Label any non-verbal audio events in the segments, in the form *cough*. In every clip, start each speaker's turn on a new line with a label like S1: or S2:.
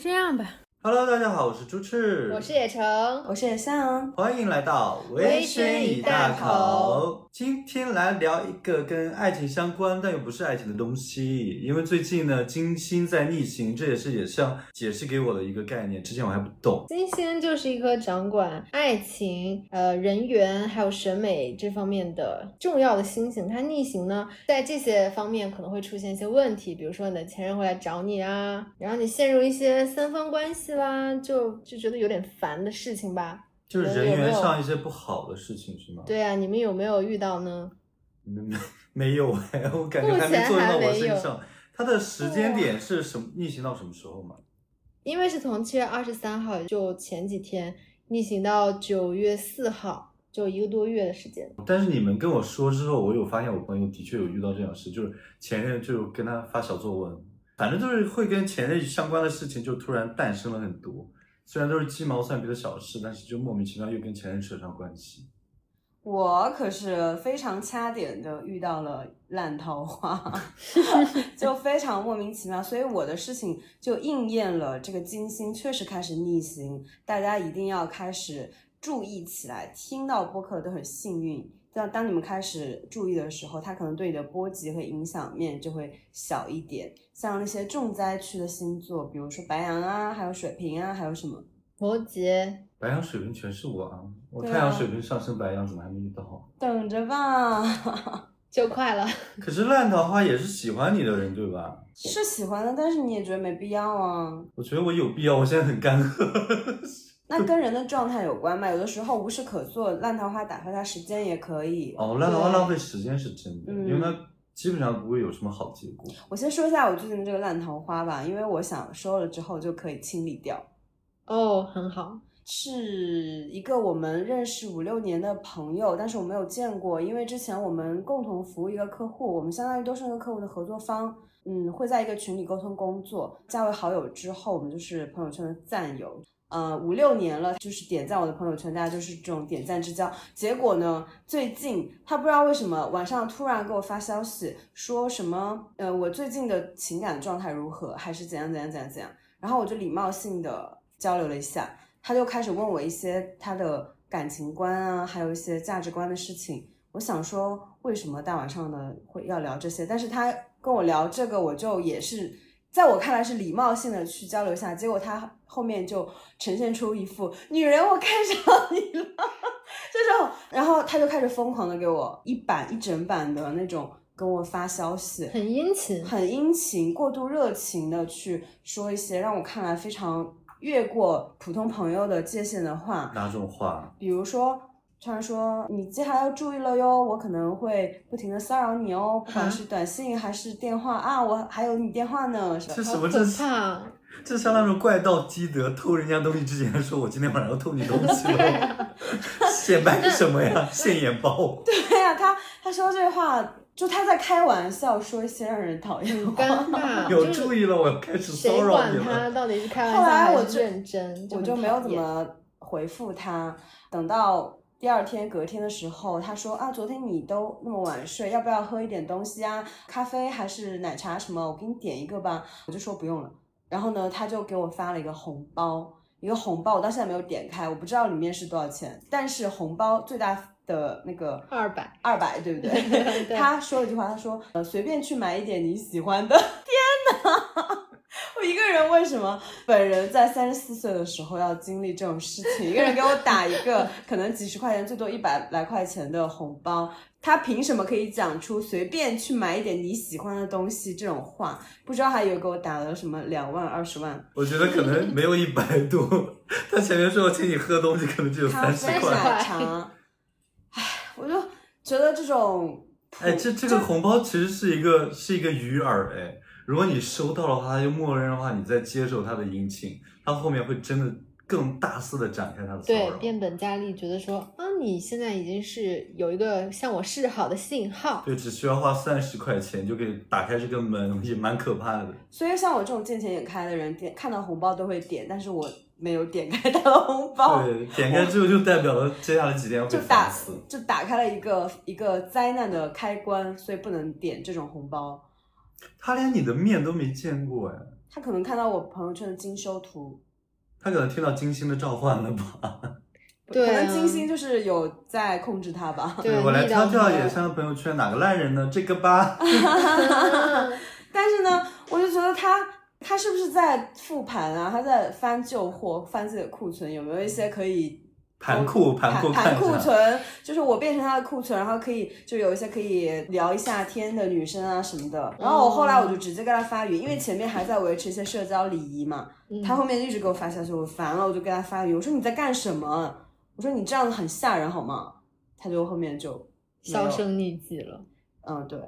S1: 这样吧。
S2: Hello，大家好，我是朱赤，
S3: 我是野橙，
S4: 我是野象，
S2: 欢迎来到
S3: 微醺一大口。
S2: 今天来聊一个跟爱情相关但又不是爱情的东西，因为最近呢，金星在逆行，这也是野象解释给我的一个概念，之前我还不懂。
S3: 金星就是一个掌管爱情、呃人缘还有审美这方面的重要的星星。它逆行呢，在这些方面可能会出现一些问题，比如说你的前任会来找你啊，然后你陷入一些三方关系啦，就就觉得有点烦的事情吧。
S2: 就是
S3: 有
S2: 人
S3: 有没
S2: 员
S3: 有
S2: 上一些不好的事情是吗？
S3: 对啊，你们有没有遇到呢？
S2: 没没没有哎，我感觉
S3: 目
S2: 还没
S3: 前
S2: 作用到
S3: 还
S2: 我
S3: 没
S2: 身
S3: 有
S2: 上。它的时间点是什么？逆行到什么时候嘛？
S3: 因为是从七月二十三号就前几天逆行到九月四号，就一个多月的时间。
S2: 但是你们跟我说之后，我有发现我朋友的确有遇到这样的事，就是前任就跟他发小作文，反正就是会跟前任相关的事情就突然诞生了很多。虽然都是鸡毛蒜皮的小事，但是就莫名其妙又跟前任扯上关系。
S4: 我可是非常掐点的遇到了烂桃花，就非常莫名其妙，所以我的事情就应验了这个金星确实开始逆行，大家一定要开始注意起来。听到播客都很幸运，但当你们开始注意的时候，它可能对你的波及和影响面就会小一点。像那些重灾区的星座，比如说白羊啊，还有水瓶啊，还有什么？
S3: 摩羯，
S2: 白羊水瓶全是我啊！我
S4: 对
S2: 太阳
S4: 啊
S2: 水瓶上升白羊怎么还没遇到？
S4: 等着吧。 *laughs*
S3: 就快了。
S4: 啊
S2: 可是烂桃花也是喜欢你的人对吧？
S4: 是喜欢的，但是你也觉得没必要啊。
S2: 我觉得我有必要，我现在很干
S4: *laughs*
S2: 涸。
S4: 那跟人的状态有关嘛？有的时候无事可做，烂桃花打发他时间也可以。
S2: 哦，烂桃花
S4: 对啊
S2: 浪费时间是真的，
S4: 嗯
S2: 因为它基本上不会有什么好结果。
S4: 我先说一下我最近的这个烂桃花吧，因为我想说了之后就可以清理掉。
S3: 哦，很好。
S4: 是一个我们认识五六年的朋友，但是我没有见过，因为之前我们共同服务一个客户，我们相当于都是那个客户的合作方，嗯，会在一个群里沟通工作，加为好友之后，我们就是朋友圈的战友。呃，五六年了，就是点赞我的朋友圈，大家就是这种点赞之交。结果呢，最近他不知道为什么晚上突然给我发消息，说什么，呃，我最近的情感状态如何，还是怎样怎样怎样怎样。然后我就礼貌性的交流了一下，他就开始问我一些他的感情观啊，还有一些价值观的事情。我想说，为什么大晚上的会要聊这些？但是他跟我聊这个，我就也是在我看来是礼貌性的去交流一下，结果他后面就呈现出一副女人我看上你了这种，然后他就开始疯狂的给我一版一整版的那种跟我发消息，
S3: 很殷
S2: *laughs*
S3: 勤，
S4: 很殷勤、过度热情的去说一些让我看来非常越过普通朋友的界限的话，
S2: 哪种话？
S4: 比如说，他说你接下来要注意了哟，我可能会不停的骚扰你哦，不管
S3: 啊
S4: 是短信还是电话啊，我还有你电话呢，是吧
S2: 这什
S3: 好
S2: 么？
S3: 可
S2: 这是
S3: 怕啊！
S2: 这像那种怪盗基德偷人家东西之前说：“我今天晚上要偷你东西了。”
S3: *laughs*
S2: 显摆个什么呀？现眼包。
S4: 对呀、他他说这话。就他在开玩笑，说一些让人讨厌的
S3: 很
S4: 话。
S3: 尴
S2: *laughs*
S3: 尬，
S2: 有
S3: 啊就是
S2: 注意了，我要开始骚
S3: 谁
S2: 扰你
S3: 管他
S2: 了。
S3: 到底是开玩
S4: 后
S3: 笑
S4: 来我
S3: 还
S4: 就是
S3: 认真？
S4: 我
S3: 很
S4: 就没有
S3: 讨
S4: 怎
S3: 厌
S4: 么回复他。等到第二天、隔天的时候，他说啊，昨天你都那么晚睡，要不要喝一点东西啊？咖啡还是奶茶什么？我给你点一个吧。我就说不用了。然后呢，他就给我发了一个红包，一个红包，我到现在没有点开，我不知道里面是多少钱。但是红包最大的那个
S3: 二百，
S4: 二百，对不
S3: 对
S4: 他说了一句话，他说：“呃，随便去买一点你喜欢的。”天 *laughs* 哪！ *laughs* 我一个人为什么本人在三十四岁的时候要经历这种事情？一个人给我打一个 *laughs* 可能几十块钱，最多一百来块钱的红包，他凭什么可以讲出随便去买一点你喜欢的东西这种话？不知道他有给我打了什么两万、二十万，
S2: 我觉得可能没有一百度。他前面说我请你喝东西，可能只有
S4: 咖
S2: 三十
S4: 啡、
S2: 块。
S4: 奶茶，唉，我就觉得这种
S2: 哎，这这个红包其实是一个是一个鱼饵哎。如果你收到的话，他就默认的话，你在接受他的殷勤，他后面会真的更大肆的展开他的骚
S3: 对
S2: 扰，。
S3: 变本加厉，觉得说啊，你现在已经是有一个向我示好的信号，
S2: 对，只需要花三十块钱就可以打开这个门，也蛮可怕的。
S4: 所以像我这种见钱眼开的人，点看到红包都会点，但是我没有点开他的红包，
S2: 对，点开之后就代表了接下来几天会
S4: 哦就
S2: 反
S4: 打
S2: 思。
S4: 就打开了一个一个灾难的开关，所以不能点这种红包。
S2: 他连你的面都没见过哎，
S4: 他可能看到我朋友圈的精修图，
S2: 他可能听到金星的召唤了吧？
S3: 对啊
S4: 可能金星就是有在控制他吧。
S3: 对
S2: 我来
S3: 逆到
S2: 调调
S3: 你
S2: 野象朋友圈哪个烂人呢？这个
S4: *laughs*
S2: 吧，
S4: *laughs*
S3: 啊
S2: *laughs*
S4: 但是呢，我就觉得他他是不是在复盘啊？他在翻旧货，翻自己的库存，有没有一些可以
S2: 盘库盘库看
S4: 哦盘
S2: 一
S4: 库
S2: 下。
S4: 存？就是我变成他的库存，然后可以就有一些可以聊一下天的女生啊什么的。然后我后来
S3: 哦
S4: 我就直接给他发语音，因为前面还在维持一些社交礼仪嘛。
S3: 嗯
S4: 他后面一直给我发消息，我烦了，我就给他发语音，我说你在干什么？我说你这样子很吓人好吗？他就后面就没
S3: 销
S4: 有
S3: 声匿迹了。
S4: 嗯对。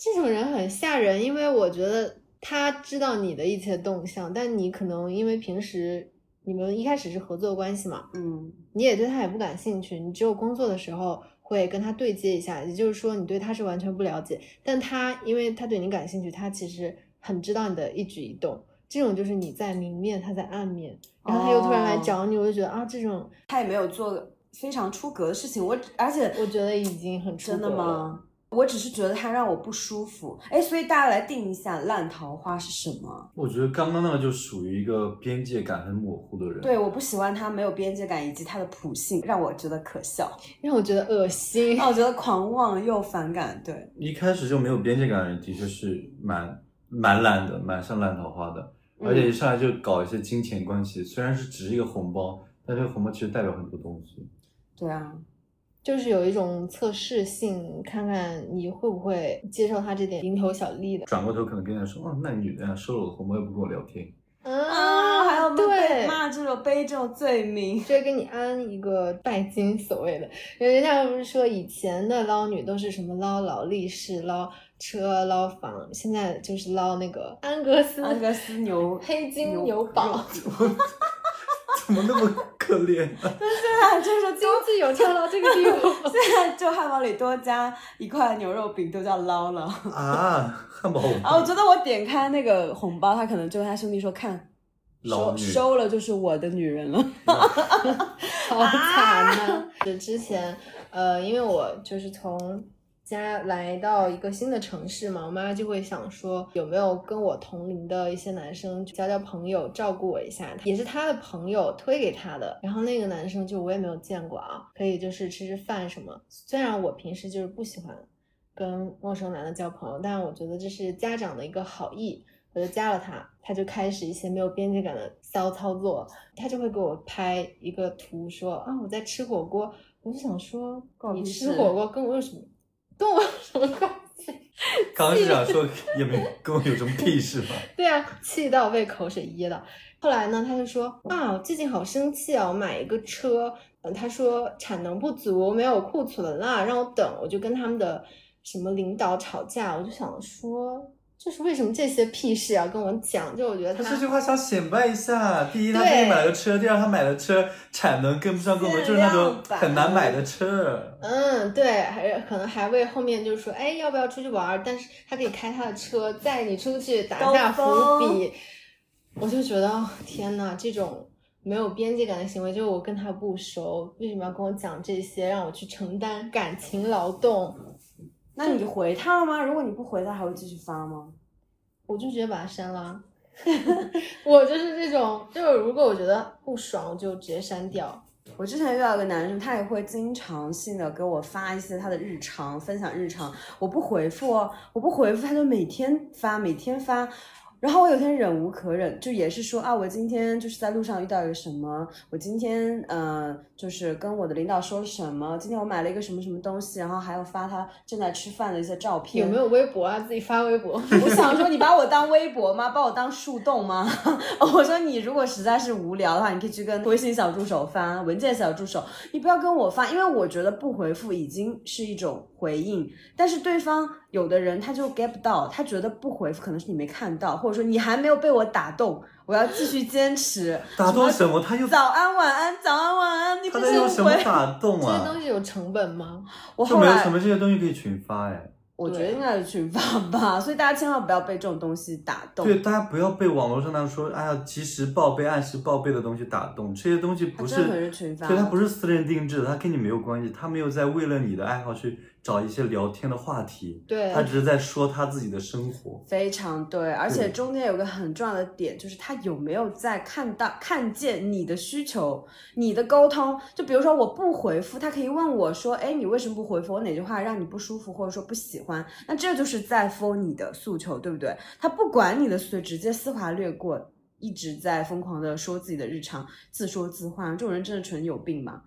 S3: 这种人很吓人，因为我觉得他知道你的一切动向，但你可能因为平时你们一开始是合作关系嘛，
S4: 嗯，
S3: 你也对他也不感兴趣，你只有工作的时候会跟他对接一下，也就是说你对他是完全不了解，但他因为他对你感兴趣，他其实很知道你的一举一动。这种就是你在明面，他在暗面，然后他又突然来
S4: 哦
S3: 找你，我就觉得啊，这种
S4: 他也没有做非常出格的事情，我而且
S3: 我觉得已经很出
S4: 真的
S3: 格了？
S4: 吗？我只是觉得他让我不舒服，哎，所以大家来定一下烂桃花是什么？
S2: 我觉得刚刚那个就属于一个边界感很模糊的人。
S4: 对，我不喜欢他没有边界感以及他的普性，让我觉得
S3: *laughs*
S4: 可笑，
S3: 让我觉得恶心。
S4: 让我觉得狂妄又反感。对，
S2: 一开始就没有边界感的人，的确是蛮蛮烂的，蛮像烂桃花的。而且一上来就搞一些金钱关系，虽然是只是一个红包，但这个红包其实代表很多东西。
S4: 对啊，
S3: *laughs* 就是有一种测试性，看看你会不会接受他这点蝇头小利的
S2: 转过头可能跟人家说，哦，那女人收了我的红包又不跟我聊天， *laughs*
S4: 啊，还有被
S3: 对，
S4: 骂这种背这种罪名，
S3: 就是给你安一个拜金 *laughs* 所谓的，人家不是说以前的捞女都是什么捞劳力士、捞车、捞房，现在就是捞那个安格斯、
S4: 安格斯牛
S3: 黑金
S4: 牛
S3: 牛
S4: 肉
S3: 堡，
S2: 怎么那么可怜、啊？
S4: *laughs* 对啊，就是
S3: 经
S4: 多
S3: 济有跳到这个地步。
S4: 现在就汉堡里多加一块牛肉饼都叫捞了。
S2: 啊，汉堡
S4: 啊，我觉得我点开那个红包，他可能就跟他兄弟说：“看，
S2: 老
S4: 收
S2: 女
S4: 收了就是我的女人了。 *laughs*
S3: *laughs* 好惨呐、就之前，呃，因为我就是从家来到一个新的城市嘛，我妈就会想说有没有跟我同龄的一些男生交交朋友，照顾我一下。也是她的朋友推给她的，然后那个男生就我也没有见过啊，可以就是吃吃饭什么。虽然我平时就是不喜欢跟陌生男的交朋友，但我觉得这是家长的一个好意，我就加了他，他就开始一些没有边界感的骚操作，他就会给我拍一个图说啊我在吃火锅，我就想说
S4: 关我
S3: 你
S4: 屁
S3: 吃
S4: 事
S3: 火锅跟我有什么跟我有什么关系？
S2: 刚刚是想说也没跟我有什么屁事吧？
S3: 对啊，气到被口水噎到。后来呢，他就说啊，我最近好生气啊，我买一个车，嗯，他说产能不足，没有库存啦，让我等。我就跟他们的什么领导吵架，我就想说，就是为什么这些屁事要跟我讲？就我觉得
S2: 他
S3: 他
S2: 这句话想显摆一下：第一，他
S3: 对
S2: 自己买了车；第二，他买了车产能跟不上规模，就是那种很难买的车。
S3: 嗯，对，还可能还为后面就是说，哎，要不要出去玩儿？但是他可以开他的车载你出去打
S4: 兜
S3: 下伏
S4: 风
S3: 笔。我就觉得哦天呐，这种没有边界感的行为，就是我跟他不熟，为什么要跟我讲这些，让我去承担感情劳动？”
S4: 那你回他了吗？如果你不回他，还会继续发吗？
S3: 我就直接把他删
S2: *laughs*
S3: 了。 *laughs* 我就是这种，就是如果我觉得不爽，我就直接删掉。
S4: 我之前遇到一个男生，他也会经常性的给我发一些他的日常，分享日常。我不回复哦，我不回复，他就每天发，每天发。然后我有一天忍无可忍，就也是说啊，我今天就是在路上遇到一个什么，我今天呃，就是跟我的领导说了什么，今天我买了一个什么什么东西，然后还有发他正在吃饭的一些照片。
S3: 有没有微博啊？自己发微
S2: *laughs*
S3: 博。
S4: *laughs* 我想说，你把我当微博吗？把我当树洞吗？ *laughs* 我说你如果实在是无聊的话，你可以去跟微信小助手发、文件小助手，你不要跟我发，因为我觉得不回复已经是一种回应。但是对方有的人他就 get 不到，他觉得不回复可能是你没看到，或者说你还没有被我打动，我要继续坚持。
S2: 打动什么？他又
S4: 早安晚安，早安晚安，你不
S2: 他
S4: 是
S2: 在用什么
S4: 回？
S2: 打动
S3: 这些
S2: 啊
S3: 东？西有成本吗？
S4: 我
S2: 就
S4: 后
S2: 没有
S4: 来
S2: 什么这些东西可以群发哎。
S4: 我觉得应该是群发吧，所以大家千万不要被这种东西打动。
S2: 对，大家不要被网络上那说哎呀及时报备、按时报备的东西打动，这些东西不
S4: 它真的很
S2: 是
S4: 是群发
S2: 对它不是私人定制的，它跟你没有关系，它没有在为了你的爱好去找一些聊天的话题，
S3: 对
S2: 他只是在说他自己的生活。
S4: 非常对，而且
S2: 对
S4: 中间有个很重要的点，就是他有没有在看到、看见你的需求、你的沟通。就比如说我不回复，他可以问我说：“哎，你为什么不回复？我哪句话让你不舒服，或者说不喜欢？”那这就是在 f 你的诉求，对不对？他不管你的诉求，直接丝滑略过，一直在疯狂的说自己的日常，自说自话。这种人真的纯有病吧？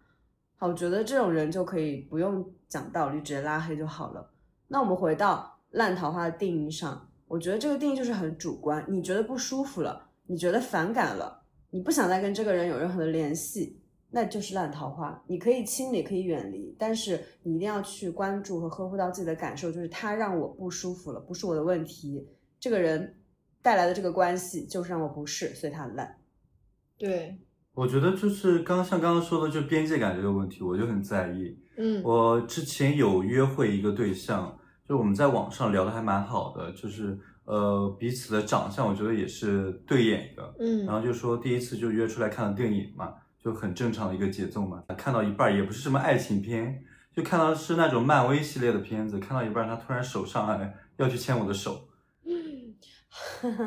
S4: 好，我觉得这种人就可以不用讲道理，直接拉黑就好了。那我们回到烂桃花的定义上，我觉得这个定义就是很主观。你觉得不舒服了，你觉得反感了，你不想再跟这个人有任何的联系，那就是烂桃花。你可以清理，可以远离，但是你一定要去关注和呵护到自己的感受，就是他让我不舒服了，不是我的问题，这个人带来的这个关系就是让我不适，所以他很烂。
S3: 对，
S2: 我觉得就是刚像刚刚说的，就边界感这个问题，我就很在意。
S3: 嗯，
S2: 我之前有约会一个对象，就我们在网上聊的还蛮好的，就是呃彼此的长相，我觉得也是对眼的。
S3: 嗯
S2: 然后就说第一次就约出来看了电影嘛，就很正常的一个节奏嘛。看到一半儿也不是什么爱情片，就看到是那种漫威系列的片子，看到一半儿他突然手上来要去牵我的
S3: *laughs*
S2: 手，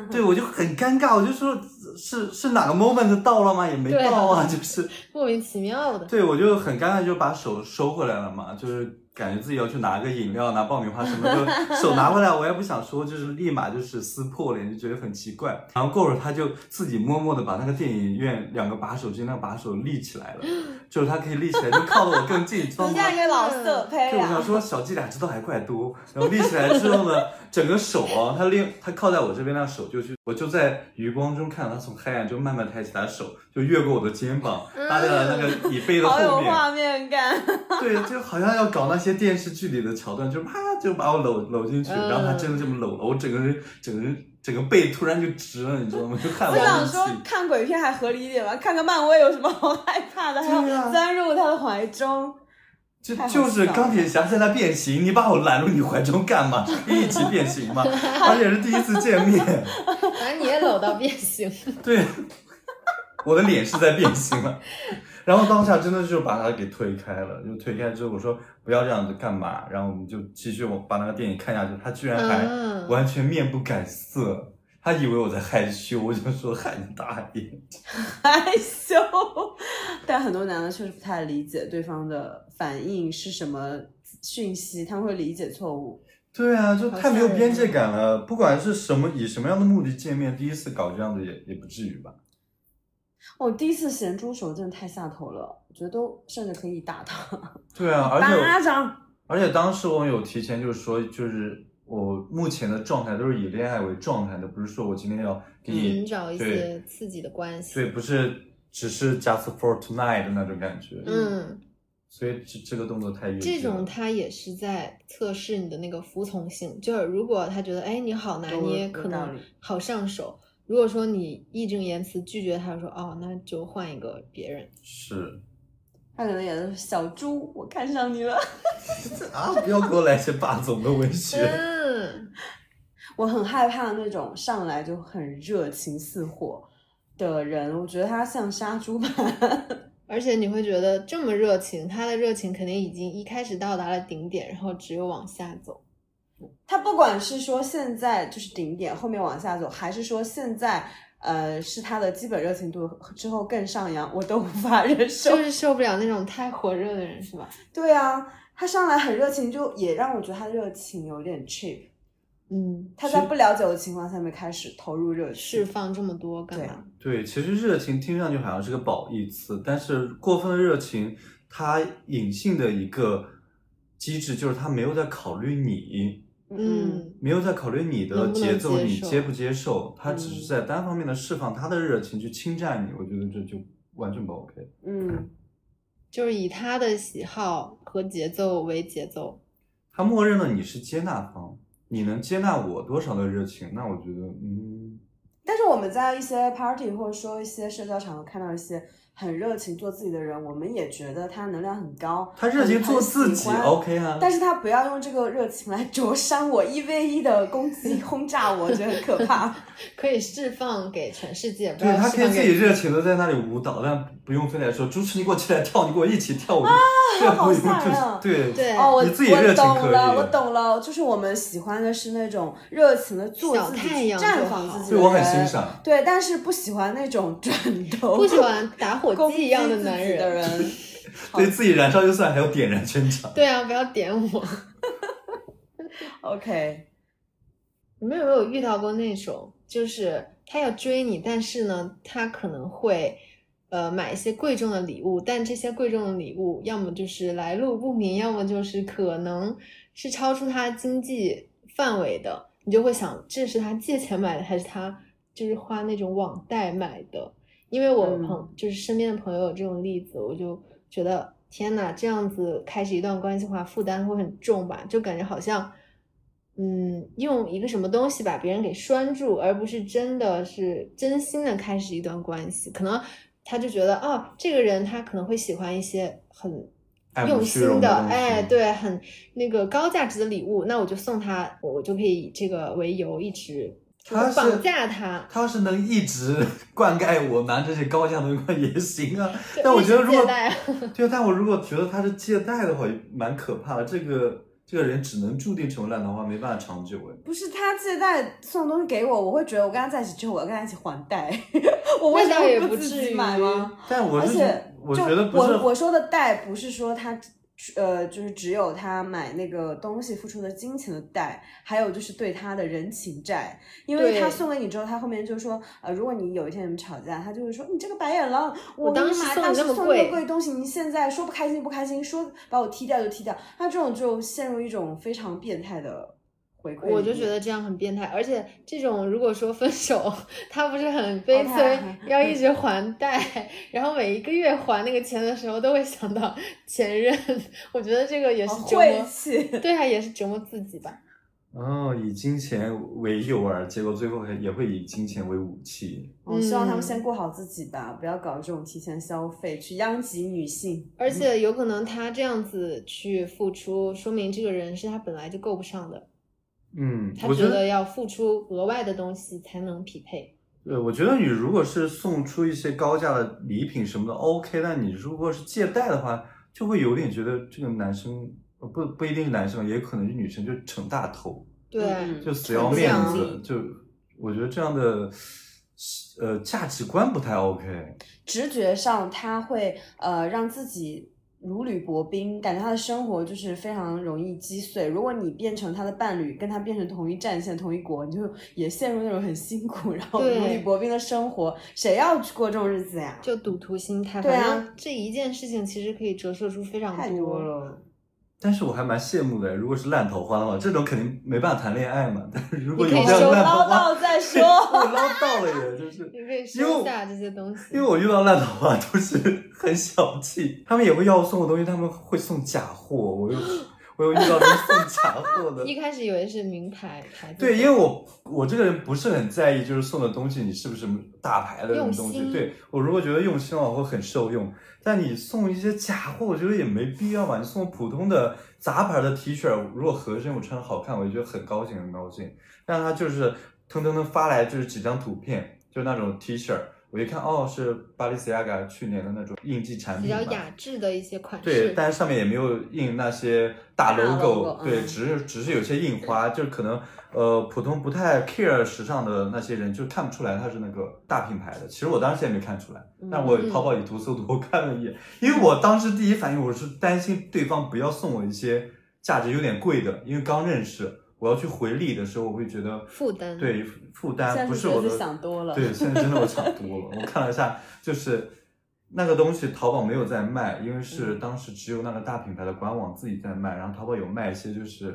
S2: 对我就很尴尬，我就说是是哪个 moment 到了吗？也没
S3: 对啊
S2: 到
S3: *laughs*
S2: 啊，就是。
S3: 莫名其妙的，
S2: 对，我就很尴尬，就把手收回来了嘛，就是感觉自己要去拿个饮料、拿爆米花什么的，就手拿回来，我也不想说，就是立马就是撕破脸，就觉得很奇怪。然后过会儿他就自己默默的把那个电影院两个把手之间那个把手立起来了，就是他可以立起来，就靠得我更近，知道吗？
S4: 个
S3: 老色
S4: 胚啊
S2: 对，我想说小伎俩知道还怪多，然后立起来之后呢，整个手啊，他另他靠在我这边，那手就去，我就在余光中看到他从黑暗中慢慢抬起他的手，就越过我的肩膀，搭在了那个椅背的
S4: 嗯好有
S2: 后面，
S4: 画面感。
S2: 对，就好像要搞那些电视剧里的桥段，就啪就把我搂搂进去，
S3: 嗯
S2: 然后他真的这么搂了，我整个人整个人整个背突然就直了，你知道吗？就汗
S4: 我
S2: 毛
S4: 想
S2: 立起
S4: 说，看鬼片还合理一点吧，看个漫威有什么好害怕的？还
S2: 对
S4: 要
S2: 啊
S4: 钻入他的怀中，
S2: 就
S4: 太好
S2: 就是
S4: 笑了
S2: 钢铁侠现在变形，你把我揽入你怀中干嘛？一起变形
S4: *laughs*
S2: 嘛，而且是第一次见面。
S3: 反正你也搂到变
S2: *laughs*
S3: 形。
S2: 对，我的脸是在变形了。然后当下真的就把他给推开了，就推开之后我说不要这样子干嘛，然后我们就继续往把那个电影看下去。他居然还
S3: 嗯
S2: 完全面不改色，他以为我在害羞，我就说喊你大爷。
S4: *laughs* 害羞。但很多男的确实不太理解对方的反应是什么讯息，他们会理解错误。
S2: 对啊，就
S3: 好
S2: 太没有
S3: 吓人
S2: 边界感了。不管是什么以什么样的目的见面，第一次搞这样的也也不至于吧。
S4: 我、哦第一次咸猪手真的太下头了，我觉得都甚至可以打他 *laughs*
S2: 对啊，而且我
S4: 巴掌。
S2: 而且当时我有提前就是说，就是我目前的状态都是以恋爱为状态的，不是说我今天要给你、
S3: 寻嗯找一
S2: 对
S3: 些刺激的关系。
S2: 对，不是只是 just for tonight 的那种感觉。
S3: 嗯，
S2: 所以这这个动作太越
S3: 这
S2: 界了
S3: 种他也是在测试你的那个服从性，就是如果他觉得哎你好拿捏，
S4: 有
S3: 可
S4: 道
S3: 能
S4: 理
S3: 好上手。如果说你义正言辞拒绝他，说哦那就换一个别人，
S2: 是
S4: 他可能也是小猪，我看上你了。
S2: 啊， *laughs* 不要给我来些霸总的文
S3: *laughs*
S2: 学。
S3: 嗯，
S4: 我很害怕那种上来就很热情似火的人，我觉得他像杀猪盘。
S3: 而且你会觉得这么热情，他的热情肯定已经一开始到达了顶点，然后只有往下走。
S4: 他不管是说现在就是顶点，后面往下走，还是说现在呃是他的基本热情度之后更上扬，我都无法忍受
S3: 就。是受不了那种太火热的人，是吧？
S4: 对啊，他上来很热情，就也让我觉得他热情有点 cheap。
S3: 嗯，
S4: 他在不了解我的情况下面开始投入热情
S3: 释，放这么多干嘛？
S2: 对，其实热情听上去好像是个褒义词，但是过分的热情，它隐性的一个机制就是它没有在考虑你。
S4: 嗯，
S3: 嗯，
S2: 没有在考虑你的
S3: 能不能
S2: 节奏，
S3: 接
S2: 你
S3: 受
S2: 接不接受，他只
S4: 嗯
S2: 是在单方面的释放他的热情去侵占你，我觉得这就完全不 OK。
S4: 嗯，
S3: 就是以他的喜好和节奏为节奏。
S2: 他默认了你是接纳方，你能接纳我多少的热情，那我觉得，嗯，
S4: 但是我们在一些 party 或者说一些社交场合看到一些很热情做自己的人，我们也觉得他能量很高，
S2: 他热情做自己
S4: 很喜欢
S2: ，OK 啊。
S4: 但是他不要用这个热情来灼伤我，一 v 一的攻击轰炸我，我觉得很可怕。
S3: 可以释放给全世界，不
S2: 对
S3: 要
S2: 他
S3: 释
S2: 可以
S3: 放
S2: 自
S3: 给
S2: 己热情的在那里舞蹈，但不用非得说主持你给我起来跳，你给我一起跳舞，这
S4: 啊好
S2: 不用
S4: 吓人啊
S2: 就对
S3: *laughs* 对
S4: 哦，我
S2: 你自己热
S4: 我
S2: 情
S4: 懂
S2: 可
S4: 了，
S2: 以。啊
S4: 我懂了，就是我们喜欢的是那种热情的做
S3: 小
S4: 自己，
S3: 太阳就
S4: 绽放
S3: 好
S4: 自己
S2: 对
S4: 的
S2: 我很
S4: 人
S2: 欣赏。
S4: 对，但是不喜欢那种转头
S3: 不喜欢打火
S4: 攻
S3: 机
S4: 击
S3: 一样
S4: 自
S3: 的
S4: 己
S3: 男
S4: 的
S3: 人。
S4: 人。 *laughs*
S2: 对自己燃烧就算，还要点燃全场。
S3: 对啊，不要点我。
S4: OK，
S3: 你们有没有遇到过那种，就是他要追你，但是呢，他可能会呃买一些贵重的礼物，但这些贵重的礼物要么就是来路不明，要么就是可能是超出他经济范围的，你就会想，这是他借钱买的，还是他就是花那种网贷买的？因为我
S4: 嗯
S3: 朋、就是身边的朋友有这种例子，我就觉得天呐，这样子开始一段关系的话，负担会很重吧？就感觉好像，嗯，用一个什么东西把别人给拴住，而不是真的是真心的开始一段关系。可能他就觉得，哦，这个人他可能会喜欢一些很
S2: 爱慕
S3: 用
S2: 虚
S3: 心
S2: 荣
S3: 的，
S2: 的东
S3: 哎，
S2: 西
S3: 对，很那个高价值的礼物，那我就送他，我就可以以这个为由一直
S2: 他是
S3: 绑架他。
S2: 他要是能一直灌溉我拿这些高价的东西也行啊，
S3: 就
S2: 但我觉得如
S3: 一
S2: 果
S3: 直借贷啊
S2: *laughs* 对，但我如果觉得他是借贷的话，也蛮可怕的。这个这个人只能注定成为烂桃花，没办法长久哎。
S4: 不是他借贷送东西给我，我会觉得我跟他在一起之后，我要跟他一起还贷， *laughs* 我为
S3: 那
S4: 什
S3: 倒也
S4: 么
S3: 不
S4: 自
S3: 至
S4: 己
S3: 于
S4: 买吗？
S2: 但我
S4: 而
S2: 是
S4: 且
S2: 我
S4: 就
S2: 觉得不是
S4: 我我说的贷不是说他呃，就是只有他买那个东西付出的金钱的贷，还有就是对他的人情债，因为
S3: 对
S4: 他送给你之后，他后面就说呃，如果你有一天你们吵架，他就会说你这个白眼狼，
S3: 我
S4: 给
S3: 当
S4: 你
S3: 时
S4: 买
S3: 送
S4: 当
S3: 你
S4: 时
S3: 那么
S4: 送那
S3: 贵
S4: 么贵的东西，你现在说不开心不开心，说把我踢掉就踢掉，他这种就陷入一种非常变态的回馈里面。
S3: 我就觉得这样很变态，而且这种如果说分手， *laughs* 他不是很悲
S4: 哦
S3: 催
S4: 他，
S3: 要一直还贷，然后每一个月还那个钱的时候都会想到前任，我觉得这个也是
S4: 好
S3: 折磨
S4: 呃晦，气。 *laughs*
S3: 对啊，也是折磨自己吧。
S2: 哦，以金钱为诱饵，结果最后也会以金钱为武器。
S4: 我希望他
S3: 嗯
S4: 们先顾好自己吧，不要搞这种提前消费，去殃及女性。
S3: 而且有可能他这样子去付出，说明这个人是他本来就够不上的，
S2: 嗯，
S3: 他
S2: 我
S3: 觉
S2: 觉
S3: 得要付出额外的东西才能匹配。
S2: 对，呃我觉得你如果是送出一些高价的礼品什么的，OK。但你如果是借贷的话，就会有点觉得这个男生呃不不一定是男生，也可能是女生，就逞大头，
S3: 对，啊
S4: 嗯
S2: 就死要
S3: 逞
S2: 面
S3: 强
S2: 子，就我觉得这样的呃价值观不太 OK。
S4: 直觉上他会呃让自己如履薄冰，感觉他的生活就是非常容易击碎。如果你变成他的伴侣，跟他变成同一战线、同一国，你就也陷入那种很辛苦，然后
S3: 对
S4: 如履薄冰的生活，谁要去过这种日子呀？
S3: 就赌徒心态，
S4: 对啊
S3: 反正这一件事情其实可以折射出非常
S4: 太多了。
S2: 但是我还蛮羡慕的，如果是烂桃花的话，这种肯定没办法谈恋爱嘛。但是如果
S3: 你
S2: 有
S3: 可以
S2: 这
S3: 收
S2: 样烂桃
S4: 唠
S2: 花，
S4: 叨再说。
S2: 我唠叨了也就是。
S3: 你可
S2: 因
S3: 以
S2: 为
S3: 收
S2: 我
S3: 下这些东西。
S2: 因为我遇到烂桃花都是很小气，他们也会要我送我东西，他们会送假货，我又我又遇到那种送假货的
S3: *laughs* 一。开始以为是名牌牌子，
S2: 呃对，因为我我这个人不是很在意，就是送的东西你是不是大牌的那种东
S3: 用
S2: 西。
S3: 心
S2: 对我如果觉得用心的话，我会很受用。但你送一些假货，我觉得也没必要嘛。你送普通的杂牌的 T 恤，如果合身我穿得好看，我就觉得很高兴，很高兴。但他就是腾腾腾发来就是几张图片，就那种 T 恤，我一看哦是巴黎 c 亚 a 去年的那种应季产
S3: 比
S2: 品嘛
S3: 较，雅致的一些款式。
S2: 对，但是上面也没有印那些大
S4: 大
S2: logo，
S4: logo，
S2: 对，
S4: 嗯
S2: 只是只是有些印花，就是可能呃普通不太 care 时尚的那些人就看不出来它是那个大品牌的。其实我当时也没看出来，但我
S3: 嗯
S2: 淘宝以图搜图我看了一眼，因为我当时第一反应我是担心对方不要送我一些价值有点贵的，因为刚认识，我要去回礼的时候我会觉得
S3: 负担
S2: 对负
S4: 现在
S2: 担不是
S4: 觉得
S2: 我
S4: 自
S2: 的
S4: 己想多了。
S2: 对，现在真的
S4: *laughs*
S2: 我想多了。我看了一下，就是那个东西淘宝没有在卖，因为是
S4: 嗯
S2: 当时只有那个大品牌的官网自己在卖，然后淘宝有卖一些就是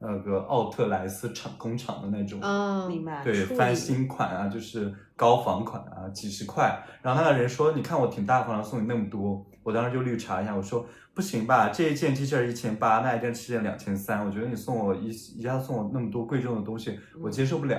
S2: 那个奥特莱斯厂工厂的那种。
S3: 啊，
S4: 嗯明白。
S2: 对
S3: 处
S2: 翻
S3: 理
S2: 新款啊，就是高仿款啊，几十块。然后那个人说：“你看我挺大方的，送你那么多。”我当时就绿茶一下，我说：“不行吧，这一件 T 恤一千八，那一件 T 恤两千三，我觉得你送我一一下送我那么多贵重的东西，我接受不了。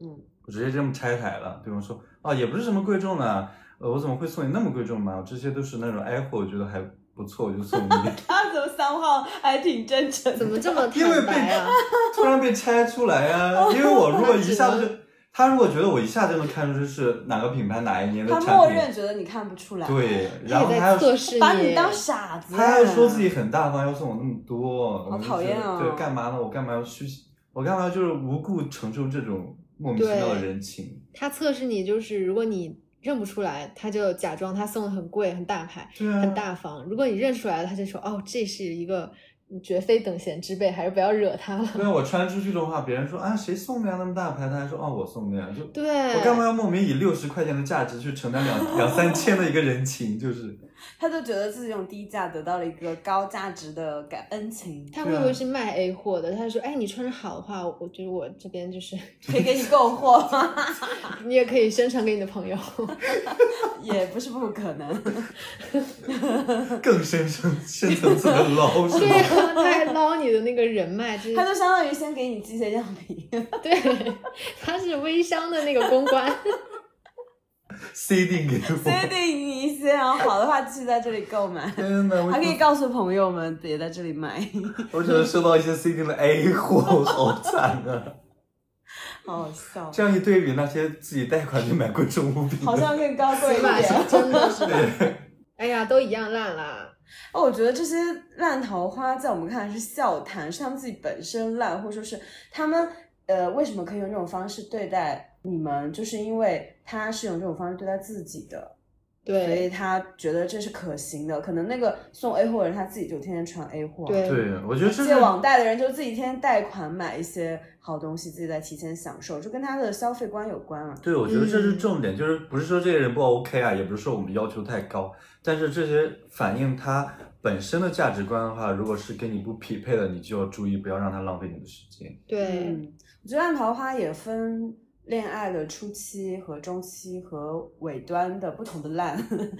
S4: 嗯，
S2: 我直接这么拆台了。对方说啊，也不是什么贵重的，呃，我怎么会送你那么贵重嘛？这些都是那种爱货，我觉得还不错，我就送你。
S4: 他怎么三号还挺真诚的？
S3: 怎么这么
S2: 因为
S3: 坦
S2: 被
S3: 白啊？
S2: 突然被拆出来啊，因为我如果一下子
S3: 他只
S2: 就，他如果觉得我一下就能看出这是哪个品牌哪一年的
S4: 他
S2: 产品，
S4: 默认觉得你看不出来，，
S2: 对， *laughs* 然
S3: 他
S2: 后
S3: 也
S2: 他
S3: 在
S2: 要
S3: 测试啊
S4: 把你当傻子，
S2: 他还说自己很大方，要送我那么多，我
S4: 好
S2: 就
S4: 讨
S2: 觉
S4: 厌
S2: 得
S4: 啊
S2: 对，干嘛呢？我干嘛要虚？我干嘛就是无故承受这种莫名其妙的
S3: 对
S2: 人情？
S3: 他测试你就是，如果你认不出来，他就假装他送的很贵、很大牌、
S2: 对啊，
S3: 很大方；如果你认出来了，他就说哦，这是一个绝非等闲之辈，还是不要惹他了。
S2: 对啊，我穿出去的话，别人说啊谁送的呀那么大牌，他还说哦我送的呀，就
S3: 对，
S2: 我干嘛要莫名以六十块钱的价值去承担两两三千的一个人情？就是
S4: 他就觉得自己用低价得到了一个高价值的感恩情，
S3: 他
S2: 对
S3: 会
S2: 啊
S3: 不会是卖 A 货的？他说：“哎，你穿着好的话，我觉得我这边就是， *laughs*
S4: 可以给你购货吗？
S3: 你也可以宣传给你的朋友。
S4: *laughs*
S3: *laughs*
S4: 也不是不可能。
S2: 更深层深层次的
S3: *laughs*
S2: 捞是
S3: 对
S2: 吗？
S3: 啊，他还捞你的那个人脉，就是
S4: 他就相当于先给你寄些样 *laughs* 品，
S3: *laughs* 对，他是微商的那个公关。
S2: 塞定给
S4: 先
S2: 我，
S4: 给你一些，然后好的话继续在这里购买，
S2: 天哪！我
S4: 还可以告诉朋友们别在这里买，
S2: 我只能收到一些 C D 的 A
S3: *laughs*
S2: 货，我好惨啊！
S4: *laughs* 好好笑，
S2: 这样一对比，那些自己贷款去买贵重物品的，
S4: 好像更高贵一
S3: 起码
S4: 点。
S3: 是真的是， *laughs* 哎呀，都一样烂啦。
S4: 哦，我觉得这些烂桃花在我们看来是笑谈，是他们自己本身烂，或者说是他们呃为什么可以用这种方式对待你们，就是因为他是用这种方式对待自己的，所以
S3: 对
S4: 他觉得这是可行的。可能那个送 A 货的人他自己就天天穿 A 货，，
S2: *laughs*
S3: 对
S2: 对，我觉得这是
S4: 借网贷的人就自己天天贷款买一些好东西，自己在提前享受，就跟他的消费观有关啊。
S2: 对，我觉得这是
S3: 嗯
S2: 重点，就是不是说这个人不 OK 啊，也不是说我们要求太高，但是这些反映他本身的价值观的话，如果是跟你不匹配的，你就要注意，不要让他浪费你的时间。
S3: 对，
S4: 嗯，我觉得烂桃花也分恋爱的初期和中期和尾端的不同的烂， *laughs*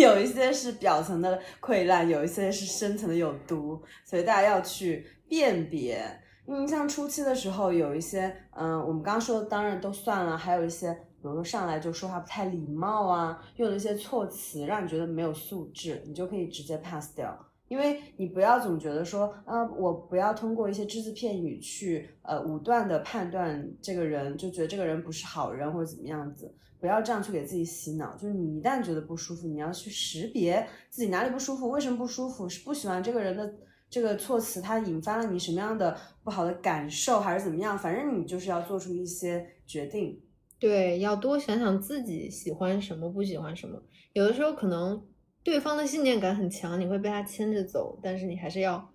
S4: 有一些是表层的溃烂，有一些是深层的有毒，所以大家要去辨别。嗯，像初期的时候有一些，嗯，我们刚刚说的当然都算了，还有一些，比如说上来就说话不太礼貌啊，用了一些措辞让你觉得没有素质，你就可以直接 pass 掉。因为你不要总觉得说，呃，我不要通过一些只字片语去呃武断的判断这个人，就觉得这个人不是好人或者怎么样子，不要这样去给自己洗脑。就是你一旦觉得不舒服，你要去识别自己哪里不舒服，为什么不舒服，是不喜欢这个人的这个措辞，它引发了你什么样的不好的感受，还是怎么样？反正你就是要做出一些决定。
S3: 对，要多想想自己喜欢什么，不喜欢什么。有的时候可能对方的信念感很强，你会被他牵着走，但是你还是要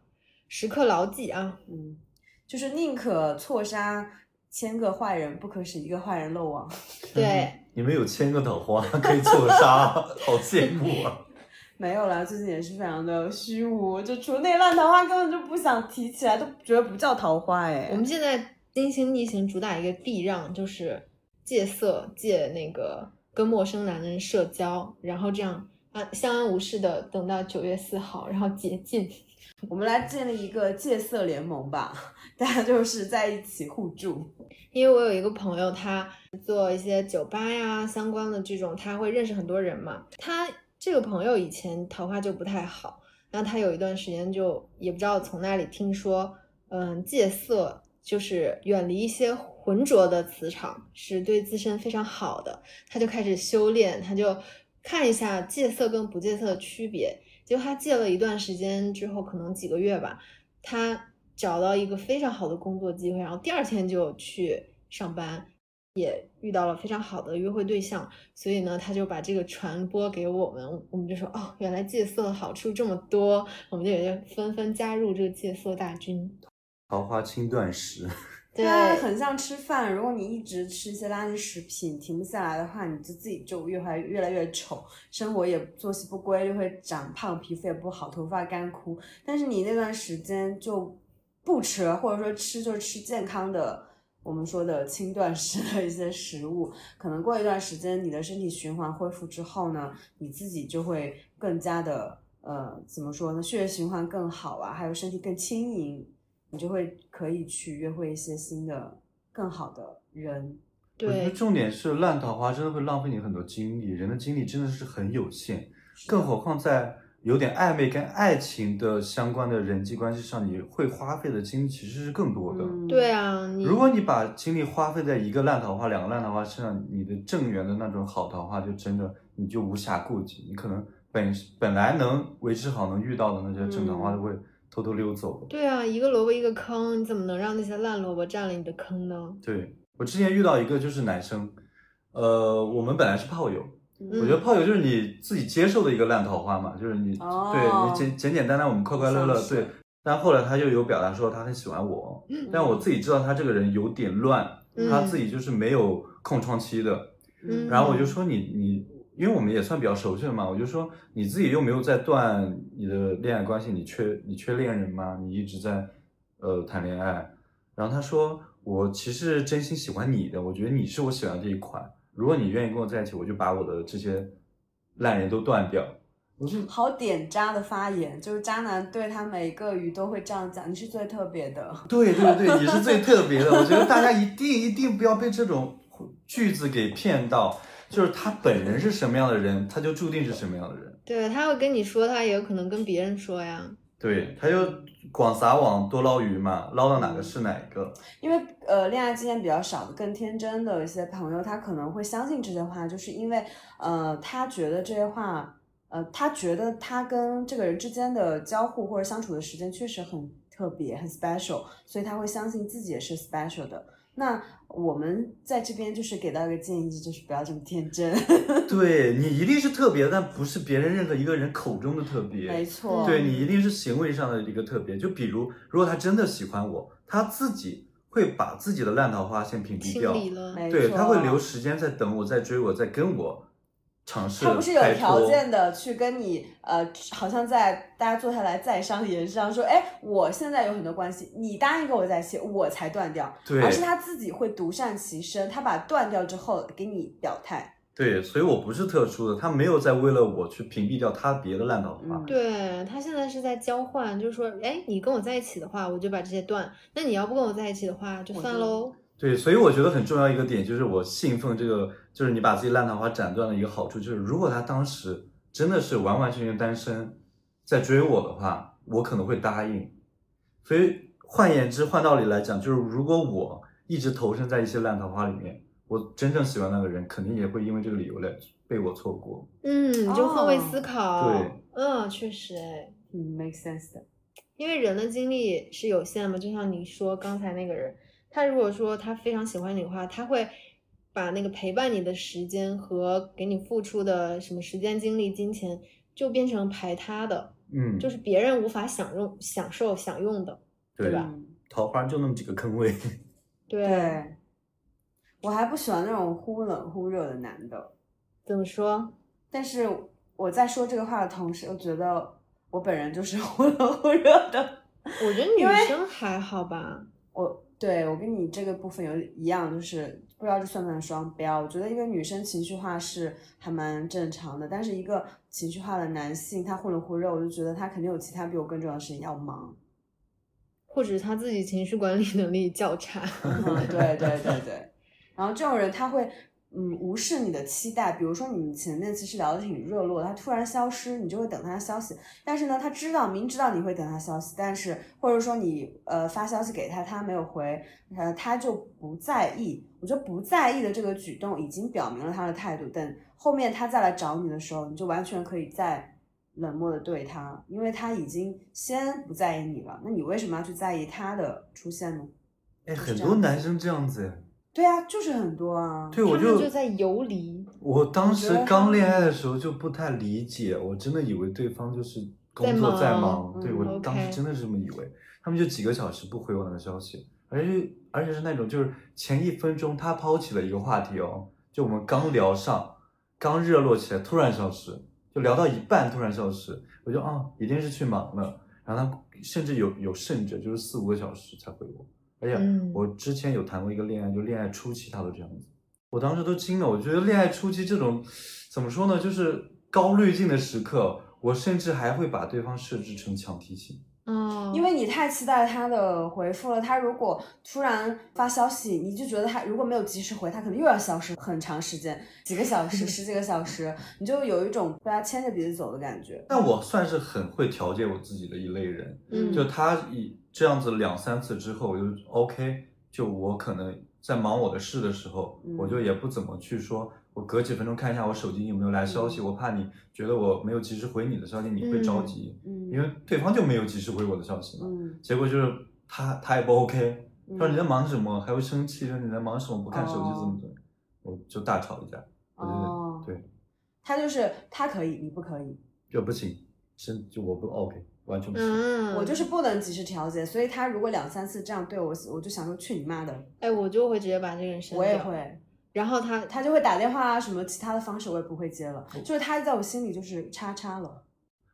S3: 时刻牢记啊。
S4: 嗯，就是宁可错杀千个坏人，不可使一个坏人漏网。
S3: 对，
S2: 你们有千个桃花啊可以错杀， *laughs* 好羡慕啊！
S4: 没有啦，最近也是非常的虚无，就除了那烂桃花，根本就不想提起来，都觉得不叫桃花哎
S3: 我。们现在金星逆行主打一个避让，就是戒色、戒那个跟陌生男人社交，然后这样啊相安无事的等到九月四号，然后解禁。
S4: 我们来建立一个戒色联盟吧，大家就是在一起互助。
S3: 因为我有一个朋友，他做一些酒吧呀相关的这种，他会认识很多人嘛。他这个朋友以前桃花就不太好，然后他有一段时间就也不知道从哪里听说，嗯，戒色就是远离一些浑浊的磁场，是对自身非常好的。他就开始修炼，他就看一下戒色跟不戒色的区别。结果他戒了一段时间之后，可能几个月吧，他找到一个非常好的工作机会，然后第二天就去上班，也遇到了非常好的约会对象，所以呢，他就把这个传播给我们，我们就说哦，原来戒色的好处这么多，我们就也就纷纷加入这个戒色大军。
S2: 桃花轻断食，
S3: 对，
S4: 啊很像吃饭，如果你一直吃一些垃圾食品，停不下来的话，你就自己就越来越来越丑，生活也作息不规律，会长胖，皮肤也不好，头发干枯。但是你那段时间就不吃，或者说吃就吃健康的。我们说的轻断食的一些食物，可能过一段时间，你的身体循环恢复之后呢，你自己就会更加的呃，怎么说呢？血液循环更好啊，还有身体更轻盈，你就会可以去约会一些新的、更好的人。
S2: 我觉得
S3: 对，
S2: 重点是烂桃花真的会浪费你很多精力，人的精力真的是很有限，更何况在有点暧昧跟爱情的相关的人际关系上，你会花费的精力其实是更多的。
S4: 嗯
S3: 对啊，你
S2: 如果你把精力花费在一个烂桃花、两个烂桃花身上，你的正缘的那种好桃花就真的你就无暇顾及，你可能本本来能维持好能遇到的那些正桃花
S4: 嗯
S2: 都会偷偷溜走了。
S3: 对啊，一个萝卜一个坑，你怎么能让那些烂萝卜占了你的坑呢？
S2: 对我之前遇到一个就是男生，呃，我们本来是炮友，
S4: 嗯
S2: 我觉得炮友就是你自己接受的一个烂桃花嘛，就是你、
S4: 哦
S2: 对你简简简单单我们快快乐乐
S4: 像是
S2: 对。但后来他就有表达说他很喜欢我，
S4: 嗯
S2: 但我自己知道他这个人有点乱，
S3: 嗯
S2: 他自己就是没有空窗期的。
S3: 嗯
S2: 然后我就说你你，因为我们也算比较熟悉了嘛，我就说你自己又没有在断你的恋爱关系，你缺你缺恋人吗？你一直在呃谈恋爱。然后他说我其实真心喜欢你的，我觉得你是我喜欢的这一款。如果你愿意跟我在一起，我就把我的这些烂人都断掉。我就
S4: 好点渣的发言，就是渣男对他每个鱼都会这样讲，你是最特别的。
S2: 对对对，你是最特别的。我觉得大家一定一定不要被这种句子给骗到，就是他本人是什么样的人，他就注定是什么样的人。
S3: 对他会跟你说，他也有可能跟别人说呀。
S4: 嗯
S2: 对，他就广撒网多捞鱼嘛，捞到哪个是哪个。
S4: 因为呃，恋爱经验比较少的、更天真的一些朋友，他可能会相信这些话，就是因为呃，他觉得这些话，呃，他觉得他跟这个人之间的交互或者相处的时间确实很特别、很 special，所以他会相信自己也是 special 的。那我们在这边就是给到一个建议，就是不要这么天真。 *laughs* 嗯
S2: 对你一定是特别，但不是别人任何一个人口中的特
S4: 没
S2: 别。
S4: 错，
S2: 对你一定是行为上的一个特别。就比如，如果他真的喜欢我，他自己会把自己的烂桃花先屏蔽
S3: 清
S2: 掉，
S3: 理了，
S4: 没
S2: 对，
S4: 错
S2: 他会留时间在等我，在追我，在跟我尝试
S4: 他不是有
S2: 开
S4: 条
S2: 脱
S4: 件的去跟你，呃，好像在大家坐下来在商言商，说，哎，我现在有很多关系，你答应跟我在一起，我才断掉，
S2: 对，
S4: 而是他自己会独善其身，他把断掉之后给你表态，
S2: 对，所以我不是特殊的，他没有在为了我去屏蔽掉他别的烂桃花。
S4: 嗯
S3: 对他现在是在交换，就是说，哎，你跟我在一起的话，我就把这些断；那你要不跟我在一起的话，就
S4: 我
S3: 算
S4: 就
S3: 喽。
S2: 对，所以我觉得很重要一个点就是，我信奉这个，就是你把自己烂桃花斩断的一个好处，就是如果他当时真的是完完全全单身，在追我的话，我可能会答应。所以换言之，换道理来讲，就是如果我一直投身在一些烂桃花里面，我真正喜欢那个人，肯定也会因为这个理由来被我错过。
S3: 嗯，你就换位思
S4: 哦
S3: 考。
S2: 对，
S3: 嗯，确实，哎，
S4: 嗯，make sense 的，
S3: 因为人的精力是有限嘛，就像你说刚才那个人，他如果说他非常喜欢你的话，他会把那个陪伴你的时间和给你付出的什么时间、精力、金钱，就变成排他的，
S2: 嗯，
S3: 就是别人无法享用、享受、享用的。
S2: 对
S3: 吧
S4: 嗯
S2: 桃花就那么几个坑位。
S3: 对，啊
S4: 对，我还不喜欢那种忽冷忽热的男的，
S3: 怎么说？
S4: 但是我在说这个话的同时，又觉得我本人就是 *laughs* 忽冷忽热的。
S3: 我觉得
S4: 因为
S3: 女生还好吧。
S4: 我对我跟你这个部分有一样，就是不知道这算不算双标。我觉得一个女生情绪化是还蛮正常的，但是一个情绪化的男性，他忽冷忽热，我就觉得他肯定有其他比我更重要的事情要忙。
S3: 或者他自己情绪管理能力较差，
S4: 嗯， *laughs* 对对对对。然后这种人他会嗯无视你的期待，比如说你们前面其实聊的挺热络的，他突然消失，你就会等他消息。但是呢，他知道明知道你会等他消息，但是或者说你呃发消息给他，他没有回，呃他就不在意。我觉得不在意的这个举动已经表明了他的态度。等后面他再来找你的时候，你就完全可以再冷漠的对他，因为他已经先不在意你了，那你为什么要去在意他的出现呢？
S2: 哎，
S4: 是
S2: 很
S4: 这
S2: 多
S4: 样
S2: 男
S4: 子
S2: 生这样子哎。
S4: 对啊，就是很多啊。
S2: 对，
S3: 他
S2: 我
S3: 们就在游离。
S2: 我当
S4: 我
S2: 时
S4: 觉得他
S2: 刚
S4: 们
S2: 恋爱的时候就不太理解，我真的以为对方就是工
S3: 在
S2: 作在
S3: 忙
S2: 忙，对
S4: 嗯
S2: 我
S3: OK
S2: 当时真的是这么以为。他们就几个小时不回我的消息，而且而且是那种就是前一分钟他抛起了一个话题哦，就我们刚聊上，刚热络起来，突然消失，就聊到一半突然消失，我就啊、一定是去忙了。然后他甚至有有甚者就是四五个小时才回我，而且
S3: 嗯
S2: 我之前有谈过一个恋爱，就恋爱初期他都这样子。我当时都惊了，我觉得恋爱初期这种怎么说呢，就是高滤镜的时刻，我甚至还会把对方设置成强提醒，
S3: 嗯，
S4: 因为你太期待他的回复了，他如果突然发消息，你就觉得他如果没有及时回，他可能又要消失很长时间，几个
S2: *laughs*
S4: 小时、十几个小时，你就有一种被他牵着鼻子走的感觉。
S2: 但我算是很会调节我自己的一类人，
S3: 嗯
S2: 就他以这样子两三次之后，我就 OK，就我可能在忙我的事的时候，
S4: 嗯
S2: 我就也不怎么去说，我隔几分钟看一下我手机有没有来消息，我怕你觉得我没有及时回你的消息，你会着急，
S4: 嗯嗯
S2: 因为对方就没有及时回我的消息嘛。
S4: 嗯，
S2: 结果就是他他也不 OK，
S4: 嗯
S2: 他说你在忙什么，还会生气，说你在忙什么，不看手机
S4: 哦
S2: 怎么怎么，我就大吵一架，我觉得、
S4: 哦
S2: 对，
S4: 他就是他可以，你不可以，
S2: 这不行，是就我不 OK，完全不行。
S3: 嗯，
S4: 我就是不能及时调节，所以他如果两三次这样对我，我就想说去你妈的，
S3: 哎，我就会直接把这个人删
S4: 我也
S3: 掉。
S4: 会，
S3: 然后他
S4: 他就会打电话啊什么其他的方式我也不会接了，就是他在我心里就是叉叉了。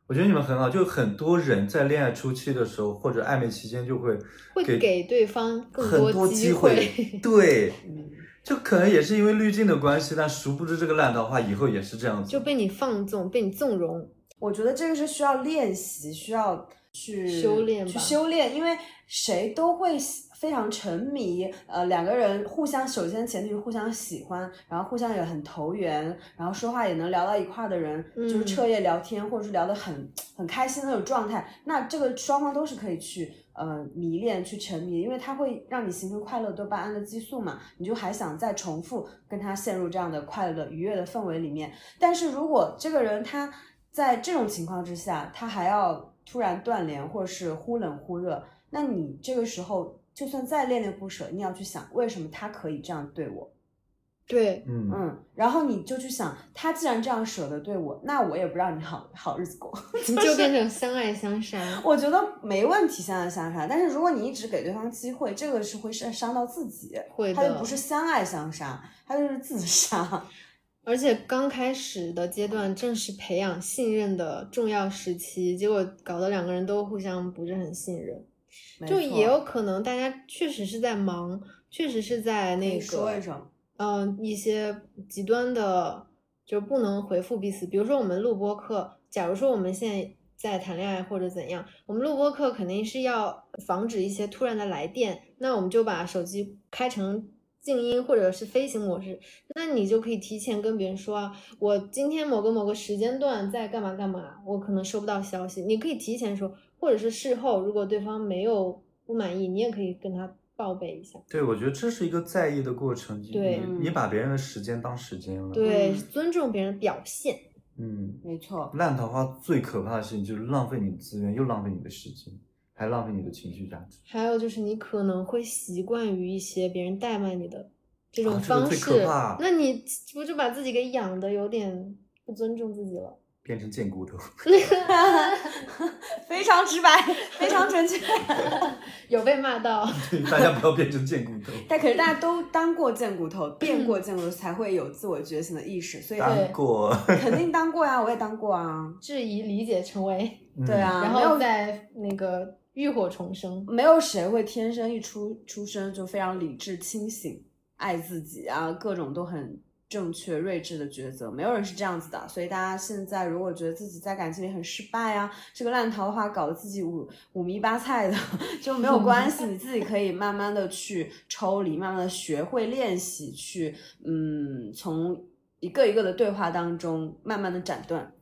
S2: 我觉得你们很好，就很多人在恋爱初期的时候或者暧昧期间就会
S3: 会
S2: 给
S3: 给对方更
S2: 很多
S3: 机
S2: 会，对，
S4: 嗯，
S2: 就可能也是因为滤镜的关系，但殊不知这个烂桃花以后也是这样子，
S3: *laughs* 就被你放纵，被你纵容。
S4: 我觉得这个是需要练习，需要去
S3: 修炼吧
S4: 去修炼，因为谁都会喜非常沉迷。呃，两个人互相，首先前提是互相喜欢，然后互相也很投缘，然后说话也能聊到一块儿的人，
S3: 嗯
S4: 就是彻夜聊天，或者是聊得很很开心的那种状态。那这个双方都是可以去。呃，迷恋去沉迷，因为它会让你形成快乐多巴胺的激素嘛，你就还想再重复跟他陷入这样的快乐愉悦的氛围里面。但是如果这个人他在这种情况之下，他还要突然断联或是忽冷忽热，那你这个时候就算再恋恋不舍，你也要去想为什么他可以这样对我，
S3: 对，
S2: 嗯，
S4: 嗯，然后你就去想，他既然这样舍得对我，那我也不让你好 *laughs* 好日子过。
S3: 就变成相爱相杀。
S4: 我觉得没问题，相爱相杀。但是如果你一直给对方机会，这个是会伤伤到自己，
S3: 会
S4: 他就
S3: 的
S4: 不是相爱相杀，他就是自杀。
S3: 而且刚开始的阶段正是培养信任的重要时期，结果搞得两个人都互相不是很信任，
S4: 没
S3: 就
S4: 错
S3: 也有可能大家确实是在忙，确实是在
S4: 可
S3: 那个
S4: 以说一声，
S3: 嗯，一些极端的，就不能回复彼此。比如说我们录播课，假如说我们现在在谈恋爱或者怎样，我们录播课肯定是要防止一些突然的来电，那我们就把手机开成静音或者是飞行模式，那你就可以提前跟别人说啊，我今天某个某个时间段在干嘛干嘛，我可能收不到消息，你可以提前说，或者是事后如果对方没有不满意，你也可以跟他报备一下。
S2: 对，我觉得这是一个在意的过程，你
S3: 对
S2: 你把别人的时间当时间了，
S3: 对，
S4: 嗯
S3: 尊重别人的表现。
S2: 嗯，
S4: 没错，
S2: 烂桃花最可怕的事情就是浪费你的资源，又浪费你的时间，还浪费你的情绪价值。
S3: 还有就是你可能会习惯于一些别人怠慢你的这
S2: 啊
S3: 种
S2: 这个
S3: 方
S2: 最
S3: 式，
S2: 可怕
S3: 那你不就把自己给养的有点不尊重自己了？
S2: 变成贱骨头。 *laughs*
S4: *laughs* 非常直白，非常准确。
S3: 有被骂到，
S2: 对，大家不要变成贱骨
S3: *laughs*
S2: 头。
S4: *laughs* 但可是大家都当过贱骨头，变过贱骨头，才会有自我觉醒的意识，所以
S2: 当过， *laughs*
S4: 肯定当过呀、我也当过啊，
S3: 质疑理解成为，
S2: 嗯
S4: 对，啊，
S3: 然
S4: 没
S3: 后
S4: 有
S3: 再那个浴火重生。
S4: 没有谁会天生一出出生就非常理智清醒，爱自己啊，各种都很正确睿智的抉择，没有人是这样子的。所以大家现在如果觉得自己在感情里很失败啊，这个烂桃花搞得自己五五迷八菜的， *laughs* 就没有关系，你自己可以慢慢的去抽离，慢慢的学会练习，去嗯，从一个一个的对话当中慢慢的斩断。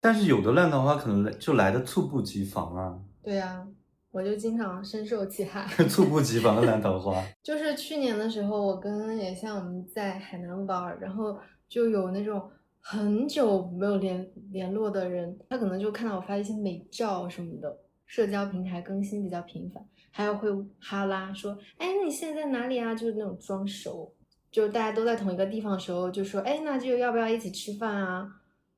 S2: 但是有的烂桃花可能来就来的猝不及防啊， *laughs*
S3: 对啊，我就经常深受其
S4: *laughs*
S3: 害。
S2: 猝不及防的烂桃花。
S3: 就是去年的时候，我跟也像我们在海南玩儿，然后就有那种很久没有联联络的人，他可能就看到我发一些美照什么的，社交平台更新比较频繁，还有会哈拉说，哎，那你现在在哪里啊？就是那种装熟，就是大家都在同一个地方的时候，就说，哎，那就要不要一起吃饭啊？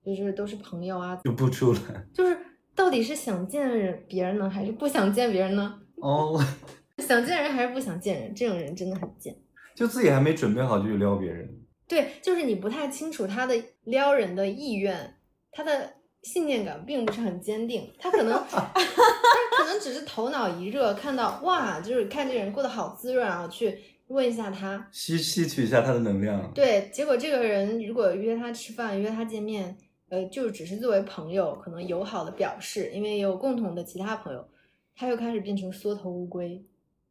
S3: 就是都是朋友啊，
S2: 就不出来
S3: 就是到底是想见人别人呢，还是不想见别人呢？ *laughs*
S2: 哦，
S3: 想见人还是不想见人？这种人真的很贱。
S2: 就自己还没准备好就去撩别人，
S3: 对，就是你不太清楚他的撩人的意愿，他的信念感并不是很坚定，他可能他可能只是头脑一热，看到哇，就是看这人过得好滋润啊，去问一下他。
S2: 吸吸取一下他的能量。
S3: 对，结果这个人如果约他吃饭，约他见面，呃，就只是作为朋友，可能友好的表示，因为有共同的其他朋友。他又开始变成缩头乌龟，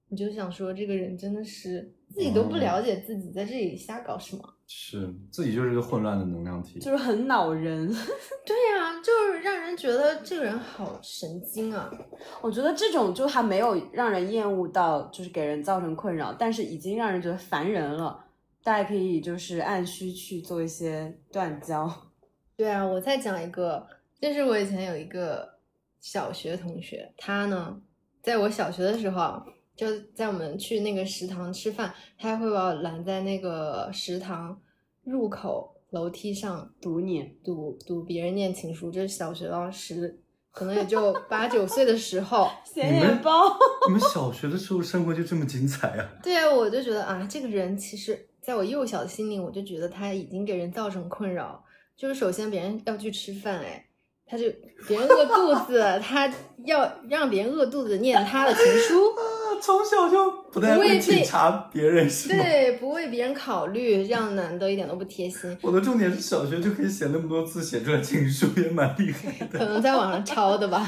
S3: 你就想说这个人真的是自己都不了解自己，在这里瞎搞什么。
S2: 是自己就是一个混乱的能量体，
S4: 就是很恼人。
S3: 对呀、就是让人觉得这个人好神经啊！
S4: 我觉得这种就还没有让人厌恶到，就是给人造成困扰，但是已经让人觉得烦人了。大家可以就是按需去做一些断交。
S3: 对啊，我再讲一个，就是我以前有一个小学同学，他呢，在我小学的时候，就在我们去那个食堂吃饭，他会把我拦在那个食堂入口楼梯上
S4: 读你，
S3: 堵堵别人念情书，这是小学当时可能也就八九岁的时候，
S4: 显
S2: 你
S4: 眼
S2: 们
S4: 包。
S2: 你们小学的时候生活就这么精彩啊？ *laughs*
S3: 对啊，我就觉得啊，这个人其实在我幼小的心灵，我就觉得他已经给人造成困扰。就是首先别人要去吃饭，哎，他就别人饿肚子，他要让别人饿肚子念他的情书，
S2: 啊，从小就不太
S3: 不会
S2: 会
S3: 被
S2: 体察别人是吗？
S3: 对，不为别人考虑，这样男的一点都不贴心。
S2: 我的重点是小学就可以写那么多字，写出来情书也蛮厉害
S3: 可
S2: 的。
S3: 能在网上抄的吧。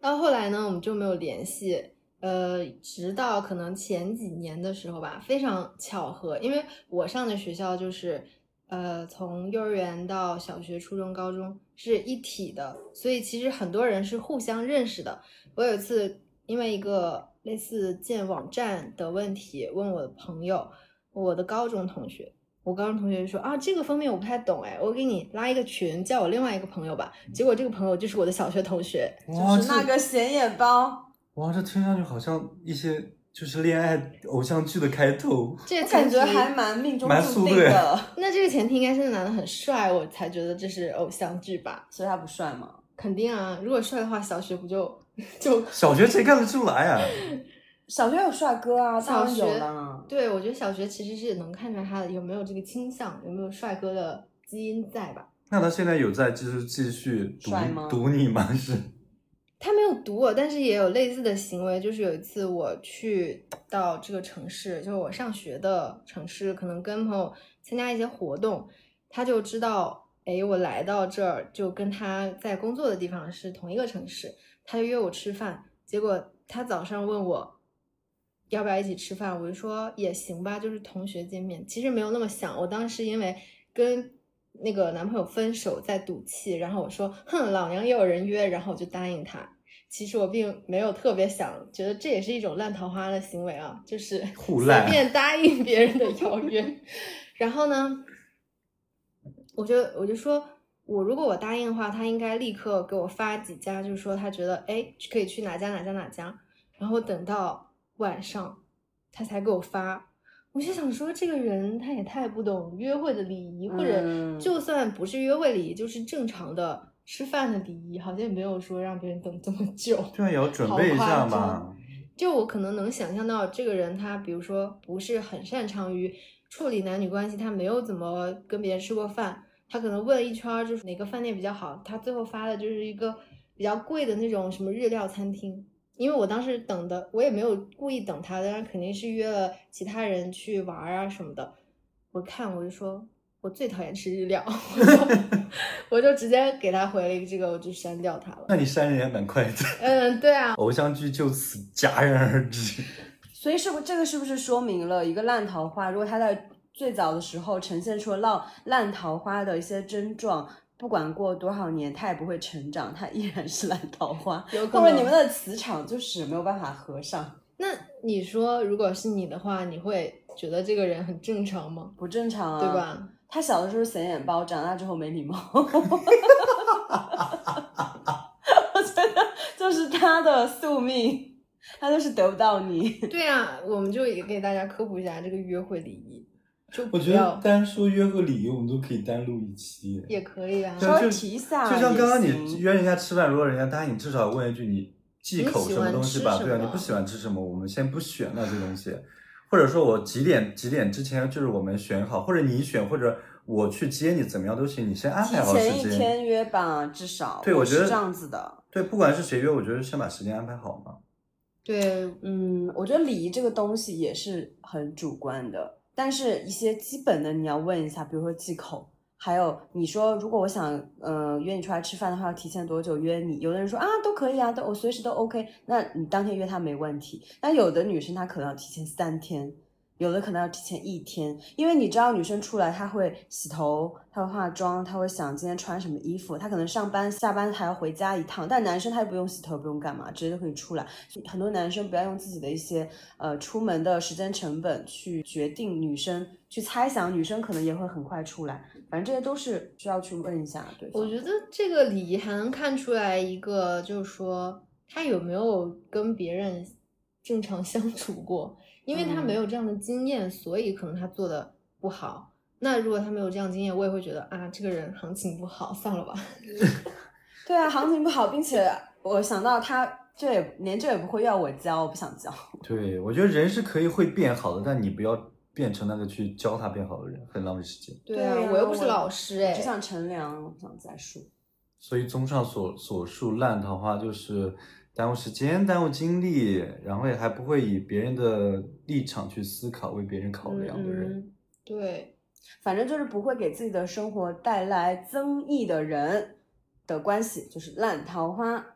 S3: 到后来呢，我们就没有联系。呃，直到可能前几年的时候吧，非常巧合，因为我上的学校就是，呃，从幼儿园到小学、初中、高中是一体的，所以其实很多人是互相认识的。我有一次因为一个类似建网站的问题，问我的朋友，我的高中同学，我高中同学就说啊，这个方面我不太懂哎，我给你拉一个群，叫我另外一个朋友吧。结果这个朋友就是我的小学同学，
S2: 哇，
S4: *laughs* 就是那
S2: 这
S4: 个显眼包，
S2: 哇，这听上去好像一些就是恋爱偶像剧的开头。
S3: 这
S4: 我
S3: 个
S4: 感
S3: 前
S4: 觉
S3: 提
S4: 还蛮命中
S2: 蛮
S4: 注
S2: 苏
S4: 定
S2: 的
S4: 的，
S3: 那这个前提应该是那男的很帅，我才觉得这是偶像剧吧？
S4: 所以他不帅嘛。
S3: 肯定啊，如果帅的话，小学不就 *laughs* 就
S2: 小学谁看得出来啊？
S3: *laughs*
S4: 小学有帅哥啊，当然
S3: 小
S4: 有
S3: 学
S4: 啦。
S3: 对我觉得小学其实是能看出来他有没有这个倾向，有没有帅哥的基因在吧？
S2: 那他现在有在就是继续读
S4: 帅吗
S2: 读你吗？是
S3: 他没有堵我，但是也有类似的行为。就是有一次我去到这个城市，就是我上学的城市，可能跟朋友参加一些活动，他就知道，哎，我来到这儿，就跟他在工作的地方是同一个城市，他就约我吃饭。结果他早上问我要不要一起吃饭，我就说也行吧，就是同学见面。其实没有那么想，我当时因为跟那个男朋友分手在赌气，然后我说哼，老娘也有人约，然后我就答应他。其实我并没有特别想，觉得这也是一种烂桃花的行为啊，就是
S2: 互
S3: 随
S2: 烂
S3: 便答应别人的邀约。 *laughs* 然后呢，我就我就说，我如果我答应的话，他应该立刻给我发几家，就是说他觉得哎可以去哪家哪家哪家。然后等到晚上，他才给我发。我就想说，这个人他也太不懂约会的礼仪，或者
S4: 嗯
S3: 就算不是约会礼仪，就是正常的吃饭的礼仪，好像也没有说让别人等这么久。
S2: 对啊，也要准备一下
S3: 好夸
S2: 嘛
S3: 张。就我可能能想象到这个人，他比如说不是很擅长于处理男女关系，他没有怎么跟别人吃过饭，他可能问一圈儿就是哪个饭店比较好，他最后发的就是一个比较贵的那种什么日料餐厅。因为我当时等的，我也没有故意等他，当然肯定是约了其他人去玩儿啊什么的。我看我就说，我最讨厌吃日料， *laughs* 我就我就直接给他回了一个这个，我就删掉他了。
S2: 那你删人也蛮
S3: *laughs*
S2: 快的。
S3: 嗯，对啊，
S2: 偶像剧就此戛然而止。
S4: 所以是不这个是不是说明了一个烂桃花？如果他在最早的时候呈现出了烂烂桃花的一些症状，不管过多少年，他也不会成长，他依然是烂桃花。
S3: 有可
S4: 或者
S3: 能
S4: 你们的磁场就是没有办法合上，
S3: 那你说，如果是你的话，你会觉得这个人很正常吗？
S4: 不正常啊，
S3: 对？吧？
S4: 他小的时候显眼包，长大之后没礼貌。 *laughs* 我觉得就是他的宿命，他就是得不到你。
S3: *laughs* 对啊，我们就也给大家科普一下这个约会礼仪，就不
S2: 我觉
S3: 要
S2: 得单说约会理由，我们都可以单录一期。
S3: 也可以啊。
S2: 对
S4: 稍
S2: 啊
S4: 微
S2: 就
S4: 提一下
S2: 就像
S4: 也
S2: 刚刚你
S4: 行
S2: 约人家吃饭，如果人家答应，你至少问一句你忌口什么东西吧？
S3: 你喜欢吃
S2: 对啊，
S3: 什么
S2: 你不喜欢吃什么，我们先不选那些东西，或者说我几点几点之前就是我们选好，或者你选，或者我去接你，怎么样都行，你先安
S4: 提
S2: 排好
S4: 前一
S2: 时间。
S4: 天约吧，至少
S2: 对，我觉得
S4: 是这样子的。。
S2: 对，不管是谁约，我觉得先把时间安排好嘛。
S3: 对，
S4: 嗯，我觉得礼仪这个东西也是很主观的，但是一些基本的你要问一下，比如说忌口，还有你说如果我想嗯、呃约你出来吃饭的话，要提前多久约你？有的人说啊都可以啊，都我随时都 OK，那你当天约他没问题。那有的女生她可能要提前三天。有的可能要提前一天，因为你知道女生出来她会洗头，她会化妆，她会想今天穿什么衣服，她可能上班下班还要回家一趟。但男生他又不用洗头，不用干嘛，直接就可以出来。所以很多男生不要用自己的一些呃出门的时间成本去决定女生，去猜想女生可能也会很快出来。反正这些都是需要去问一下对方。
S3: 我觉得这个礼仪还能看出来一个，就是说他有没有跟别人正常相处过，因为
S4: 嗯
S3: 他没有这样的经验，所以可能他做的不好。那如果他没有这样的经验，我也会觉得啊，这个人行情不好，算了吧。 *laughs*
S4: 对啊，行情不好，并且我想到他这也连这也不会要我教，我不想教。
S2: 对，我觉得人是可以会变好的，但你不要变成那个去教他变好的人，很浪费时间。
S3: 对啊，
S4: 对啊
S3: 我又不是
S4: 我
S3: 老师哎、
S4: 只想乘凉，我不想栽树。
S2: 所以综上所所述，烂桃花就是耽误时间、耽误精力，然后也还不会以别人的立场去思考、为别人考量的人。
S4: 嗯
S3: 对，
S4: 反正就是不会给自己的生活带来增益的人的关系，就是烂桃花。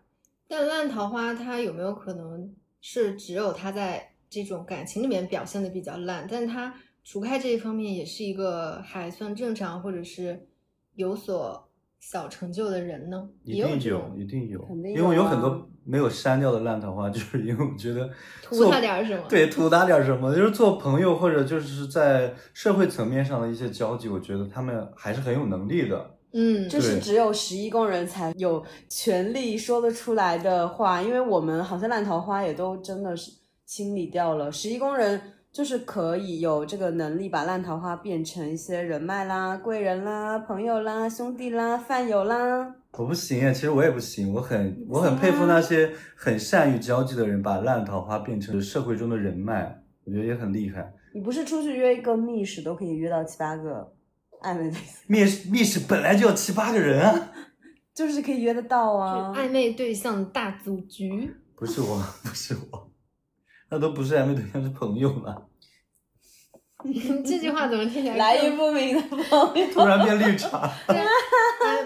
S3: 但烂桃花它有没有可能是只有他在这种感情里面表现的比较烂，但他除开这一方面也是一个还算正常或者是有所小成就的人呢？
S2: 一
S3: 也
S2: 定
S3: 这
S2: 有，
S3: 种
S2: 一定有，
S4: 肯定
S2: 因为我有
S4: 有啊
S2: 很多没有删掉的烂桃花，就是因为我觉得
S3: 图
S2: 做 *laughs*
S3: 他点儿什么
S2: 对，图他点儿什么，就是做朋友或者就是在社会层面上的一些交际，我觉得他们还是很有能力的。
S3: 嗯，
S4: 这是
S2: 对
S4: 只有十一宫人才有权利说得出来的话，因为我们好像烂桃花也都真的是清理掉了。十一宫人就是可以有这个能力把烂桃花变成一些人脉啦、贵人啦、朋友啦、兄弟啦、饭友啦。
S2: 我不行啊，其实我也不行，我很我
S4: 行
S2: 很
S4: 啊
S2: 佩服那些很善于交际的人，把烂桃花变成社会中的人脉，我觉得也很厉害。
S4: 你不是出去约一个密室都可以约到七八个暧昧对象，
S2: 密室密室本来就要七八个人啊，
S4: 就是可以约得到啊。
S3: 暧昧对象大组
S4: *laughs*
S3: 局，
S2: 不是我，不是我，那都不是暧昧对象，是朋友了，
S3: 这句话怎么听起来
S4: 来
S3: 更
S4: 意不明的朋友，
S2: 突然变绿茶。
S3: 哎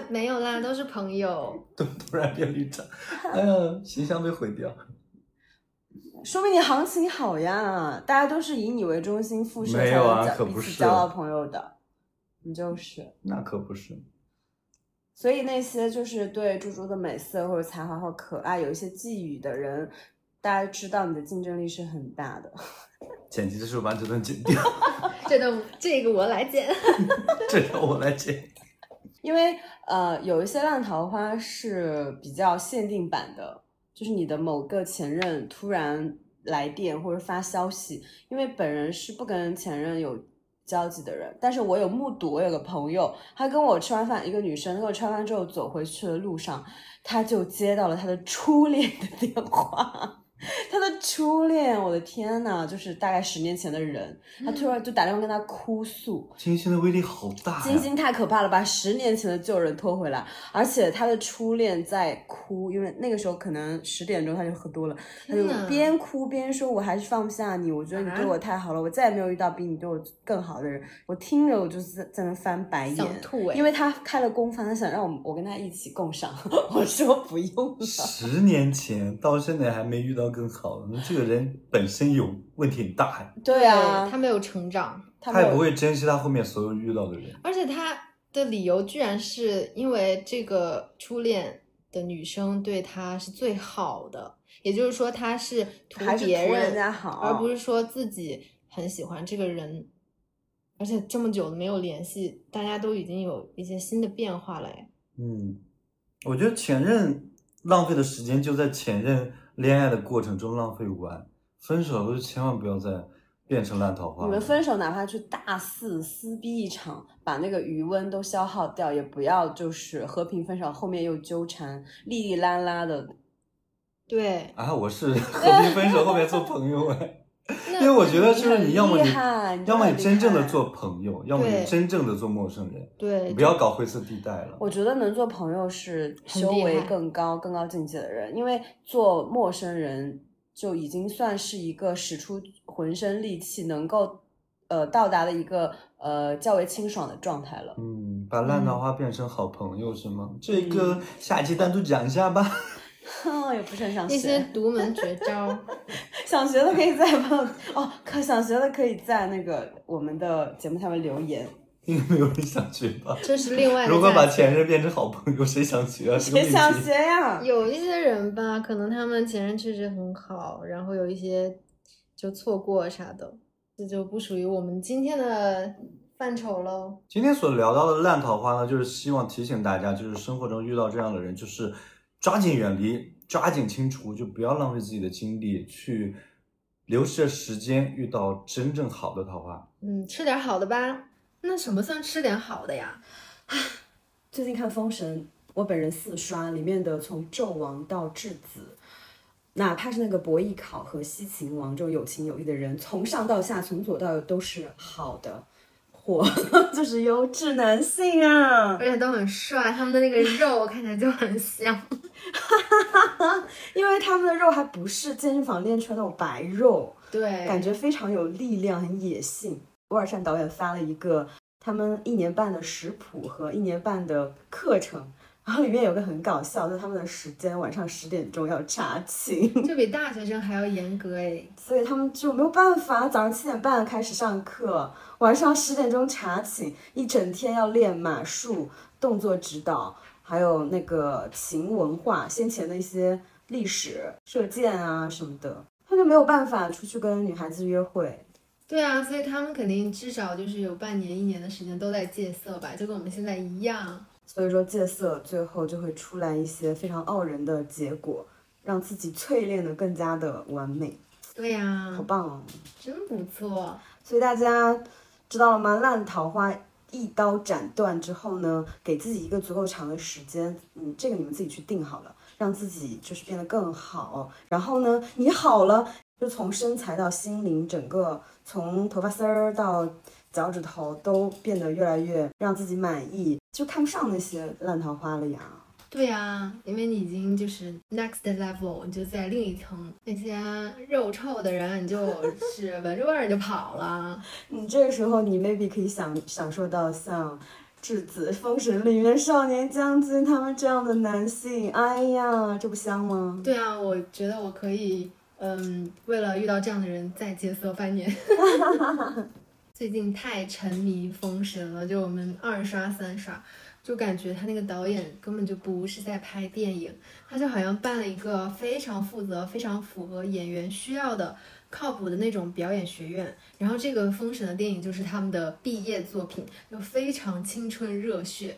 S3: 没有啦，都是朋友。
S2: 突突然变绿茶，哎呀，形象被毁掉。
S4: 说明你行情好呀！大家都是以你为中心附设，
S2: 没
S4: 才
S2: 有啊
S4: 能交
S2: 可
S4: 彼
S2: 不
S4: 此
S2: 是
S4: 交到朋友的。你就是，
S2: 那可不是，
S4: 所以那些就是对猪猪的美色或者才华或可爱有一些寄予的人，大家知道你的竞争力是很大的。
S2: 剪辑的时候把这段剪掉， *laughs*
S3: 这段这个我来剪。
S2: 这让我来剪。
S4: 因为呃，有一些烂桃花是比较限定版的，就是你的某个前任突然来电或者发消息，因为本人是不跟前任有交集的人，但是我有目睹，我有个朋友，她跟我吃完饭，一个女生跟我吃完饭之后走回去的路上，她就接到了她的初恋的电话。她的初恋，我的天呐，就是大概十年前的人，她突然就打电话跟她哭诉，
S2: 金星的威力好
S3: 哎
S2: 大
S4: 金
S2: 呀！
S4: 星太可怕了，把十年前的旧人拖回来，而且他的初恋在哭，因为那个时候可能十点钟他就喝多了，他就
S3: 天哪
S4: 边哭边说：“我还是放不下你，我觉得你对我太好了，我再也没有遇到比你对我更好的人。”我听着我就是在在那翻白眼，
S3: 想吐哎、
S4: 因为他开了公房，他想让我我跟他一起共赏， *laughs* 我说不用了。
S2: 十年前到现在还没遇到更好的，那这个人本身有问题很大呀，
S4: 对啊，
S3: 他没有成长，
S4: 他
S2: 他也
S4: 没有
S2: 不会珍惜他后面所有遇到的人。
S3: 而且他的理由居然是因为这个初恋的女生对他是最好的，也就是说他是图
S4: 还是
S3: 别
S4: 图
S3: 人
S4: 人家好
S3: 而不是说自己很喜欢这个人。而且这么久没有联系，大家都已经有一些新的变化了哎。
S2: 嗯，我觉得前任浪费的时间就在前任恋爱的过程中浪费完，分手后就千万不要再变成烂桃花。
S4: 你们分手，哪怕去大肆撕逼一场，把那个余温都消耗掉，也不要就是和平分手，后面又纠缠，哩哩啦啦的。
S3: 对，
S2: 啊，我是 *laughs* 和平分手后面做朋友
S4: *laughs*
S2: 哎，
S3: 那
S2: 因为我觉得
S4: 你
S2: 就是
S4: 很
S2: 你要么
S4: 厉
S2: 你
S4: 害你真
S2: 要么
S4: 的
S2: 你
S4: 厉
S2: 真正的
S4: 害
S2: 做朋友，要么
S3: 对
S2: 你真正的做陌生人，
S3: 对
S2: 你不要搞灰色地带了。
S4: 我觉得能做朋友是
S3: 很
S4: 修
S3: 厉
S4: 为
S3: 害
S4: 更高、更高境界的人，因为做陌生人就已经算是一个使出浑身力气，能够呃到达了一个呃较为清爽的状态了。 *laughs*
S2: 嗯，把烂桃花变成好朋友是吗？
S4: 嗯
S2: 这个下期单独讲一下吧。
S4: 也不是很想
S3: 一些
S4: 学，
S3: 独门绝招，
S4: *laughs* 想学的可以在朋友哦，可想学的可以在那个我们的节目下面留言。
S2: 因为没有人想学吧？
S3: 这是另外的价钱。
S2: 如何把前任变成好朋友？谁想
S4: *laughs*
S2: 学啊？这个
S4: 谁想
S2: 命题
S4: 学呀？
S3: 有一些人吧，可能他们前任确实很好，然后有一些就错过啥的，这就不属于我们今天的范畴喽。
S2: 今天所聊到的烂桃花呢，就是希望提醒大家，就是生活中遇到这样的人，就是抓紧远离，抓紧清除，就不要浪费自己的精力去流逝时间遇到真正好的桃花。
S3: 嗯，吃点好的吧。那什么算吃点好的呀？
S4: 最近看《封神》，我本人四刷，里面的从纣王到质子，哪怕是那个伯邑考和西秦王这种有情有义的人，从上到下，从左到右都是好的货， *laughs* 就是优质男性啊
S3: 而。且都很帅，他们的那个肉看起来就很香。
S4: 因为他们的肉还不是健身房练出来那种白肉，
S3: *laughs* 对，
S4: 感觉非常有力量，很野性。乌尔善导演发了一个他们一年半的食谱和一年半的课程，然后里面有个很搞笑，就是他们的时间晚上十点钟要查寝， *laughs*
S3: 就比大学生还要严格哎。
S4: 所以他们就没有办法，早上七点半开始上课，晚上十点钟查寝，一整天要练马术、动作指导，还有那个秦文化先前的一些历史、射箭啊什么的，他就没有办法出去跟女孩子约会。
S3: 对啊，所以他们肯定至少就是有半年、一年的时间都在戒色吧，就跟我们现在一样。
S4: 所以说戒色最后就会出来一些非常傲人的结果，让自己淬炼的更加的完美，
S3: 对呀、
S4: 好棒哦！
S3: 真不错。
S4: 所以大家知道了吗？烂桃花一刀斩断之后呢，给自己一个足够长的时间，嗯，这个你们自己去定好了，让自己就是变得更好。然后呢，你好了，就从身材到心灵，整个从头发丝儿到脚趾头都变得越来越让自己满意，就看不上那些烂桃花了呀。
S3: 对呀、因为你已经就是 next level，你就在另一层。那些肉臭的人，你就是闻着味儿你就跑了。
S4: 你这个时候，你 maybe 可以享享受到像质子、封神里面少年将军他们这样的男性，哎呀，这不香吗？
S3: 对啊，我觉得我可以，嗯，为了遇到这样的人再戒色半年。 *laughs* 最近太沉迷《封神》了，就我们二刷三刷，就感觉他那个导演根本就不是在拍电影，他就好像办了一个非常负责、非常符合演员需要的靠谱的那种表演学院。然后这个《封神》的电影就是他们的毕业作品，就非常青春热血。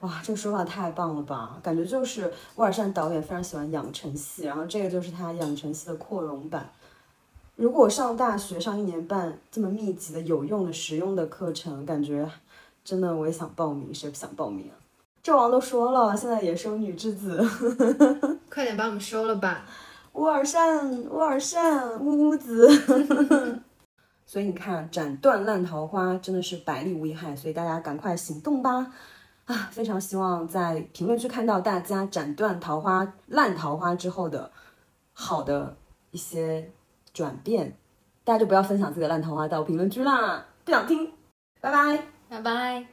S4: 哇，这个说法太棒了吧！感觉就是乌尔善导演非常喜欢养成系，然后这个就是他养成系的扩容版。如果上大学上一年半这么密集的、有用的、实用的课程，感觉真的我也想报名，谁不想报名啊？纣王都说了，现在也收女质子。
S3: 快点把我们收了吧！
S4: 乌尔善，乌尔善，乌乌子。 *laughs* 所以你看，斩断烂桃花真的是百利无一害，所以大家赶快行动吧！啊，非常希望在评论区看到大家斩断桃花、烂桃花之后的好的一些转变。大家就不要分享自己的烂桃花到评论区啦，不想听，拜拜。
S3: 拜拜。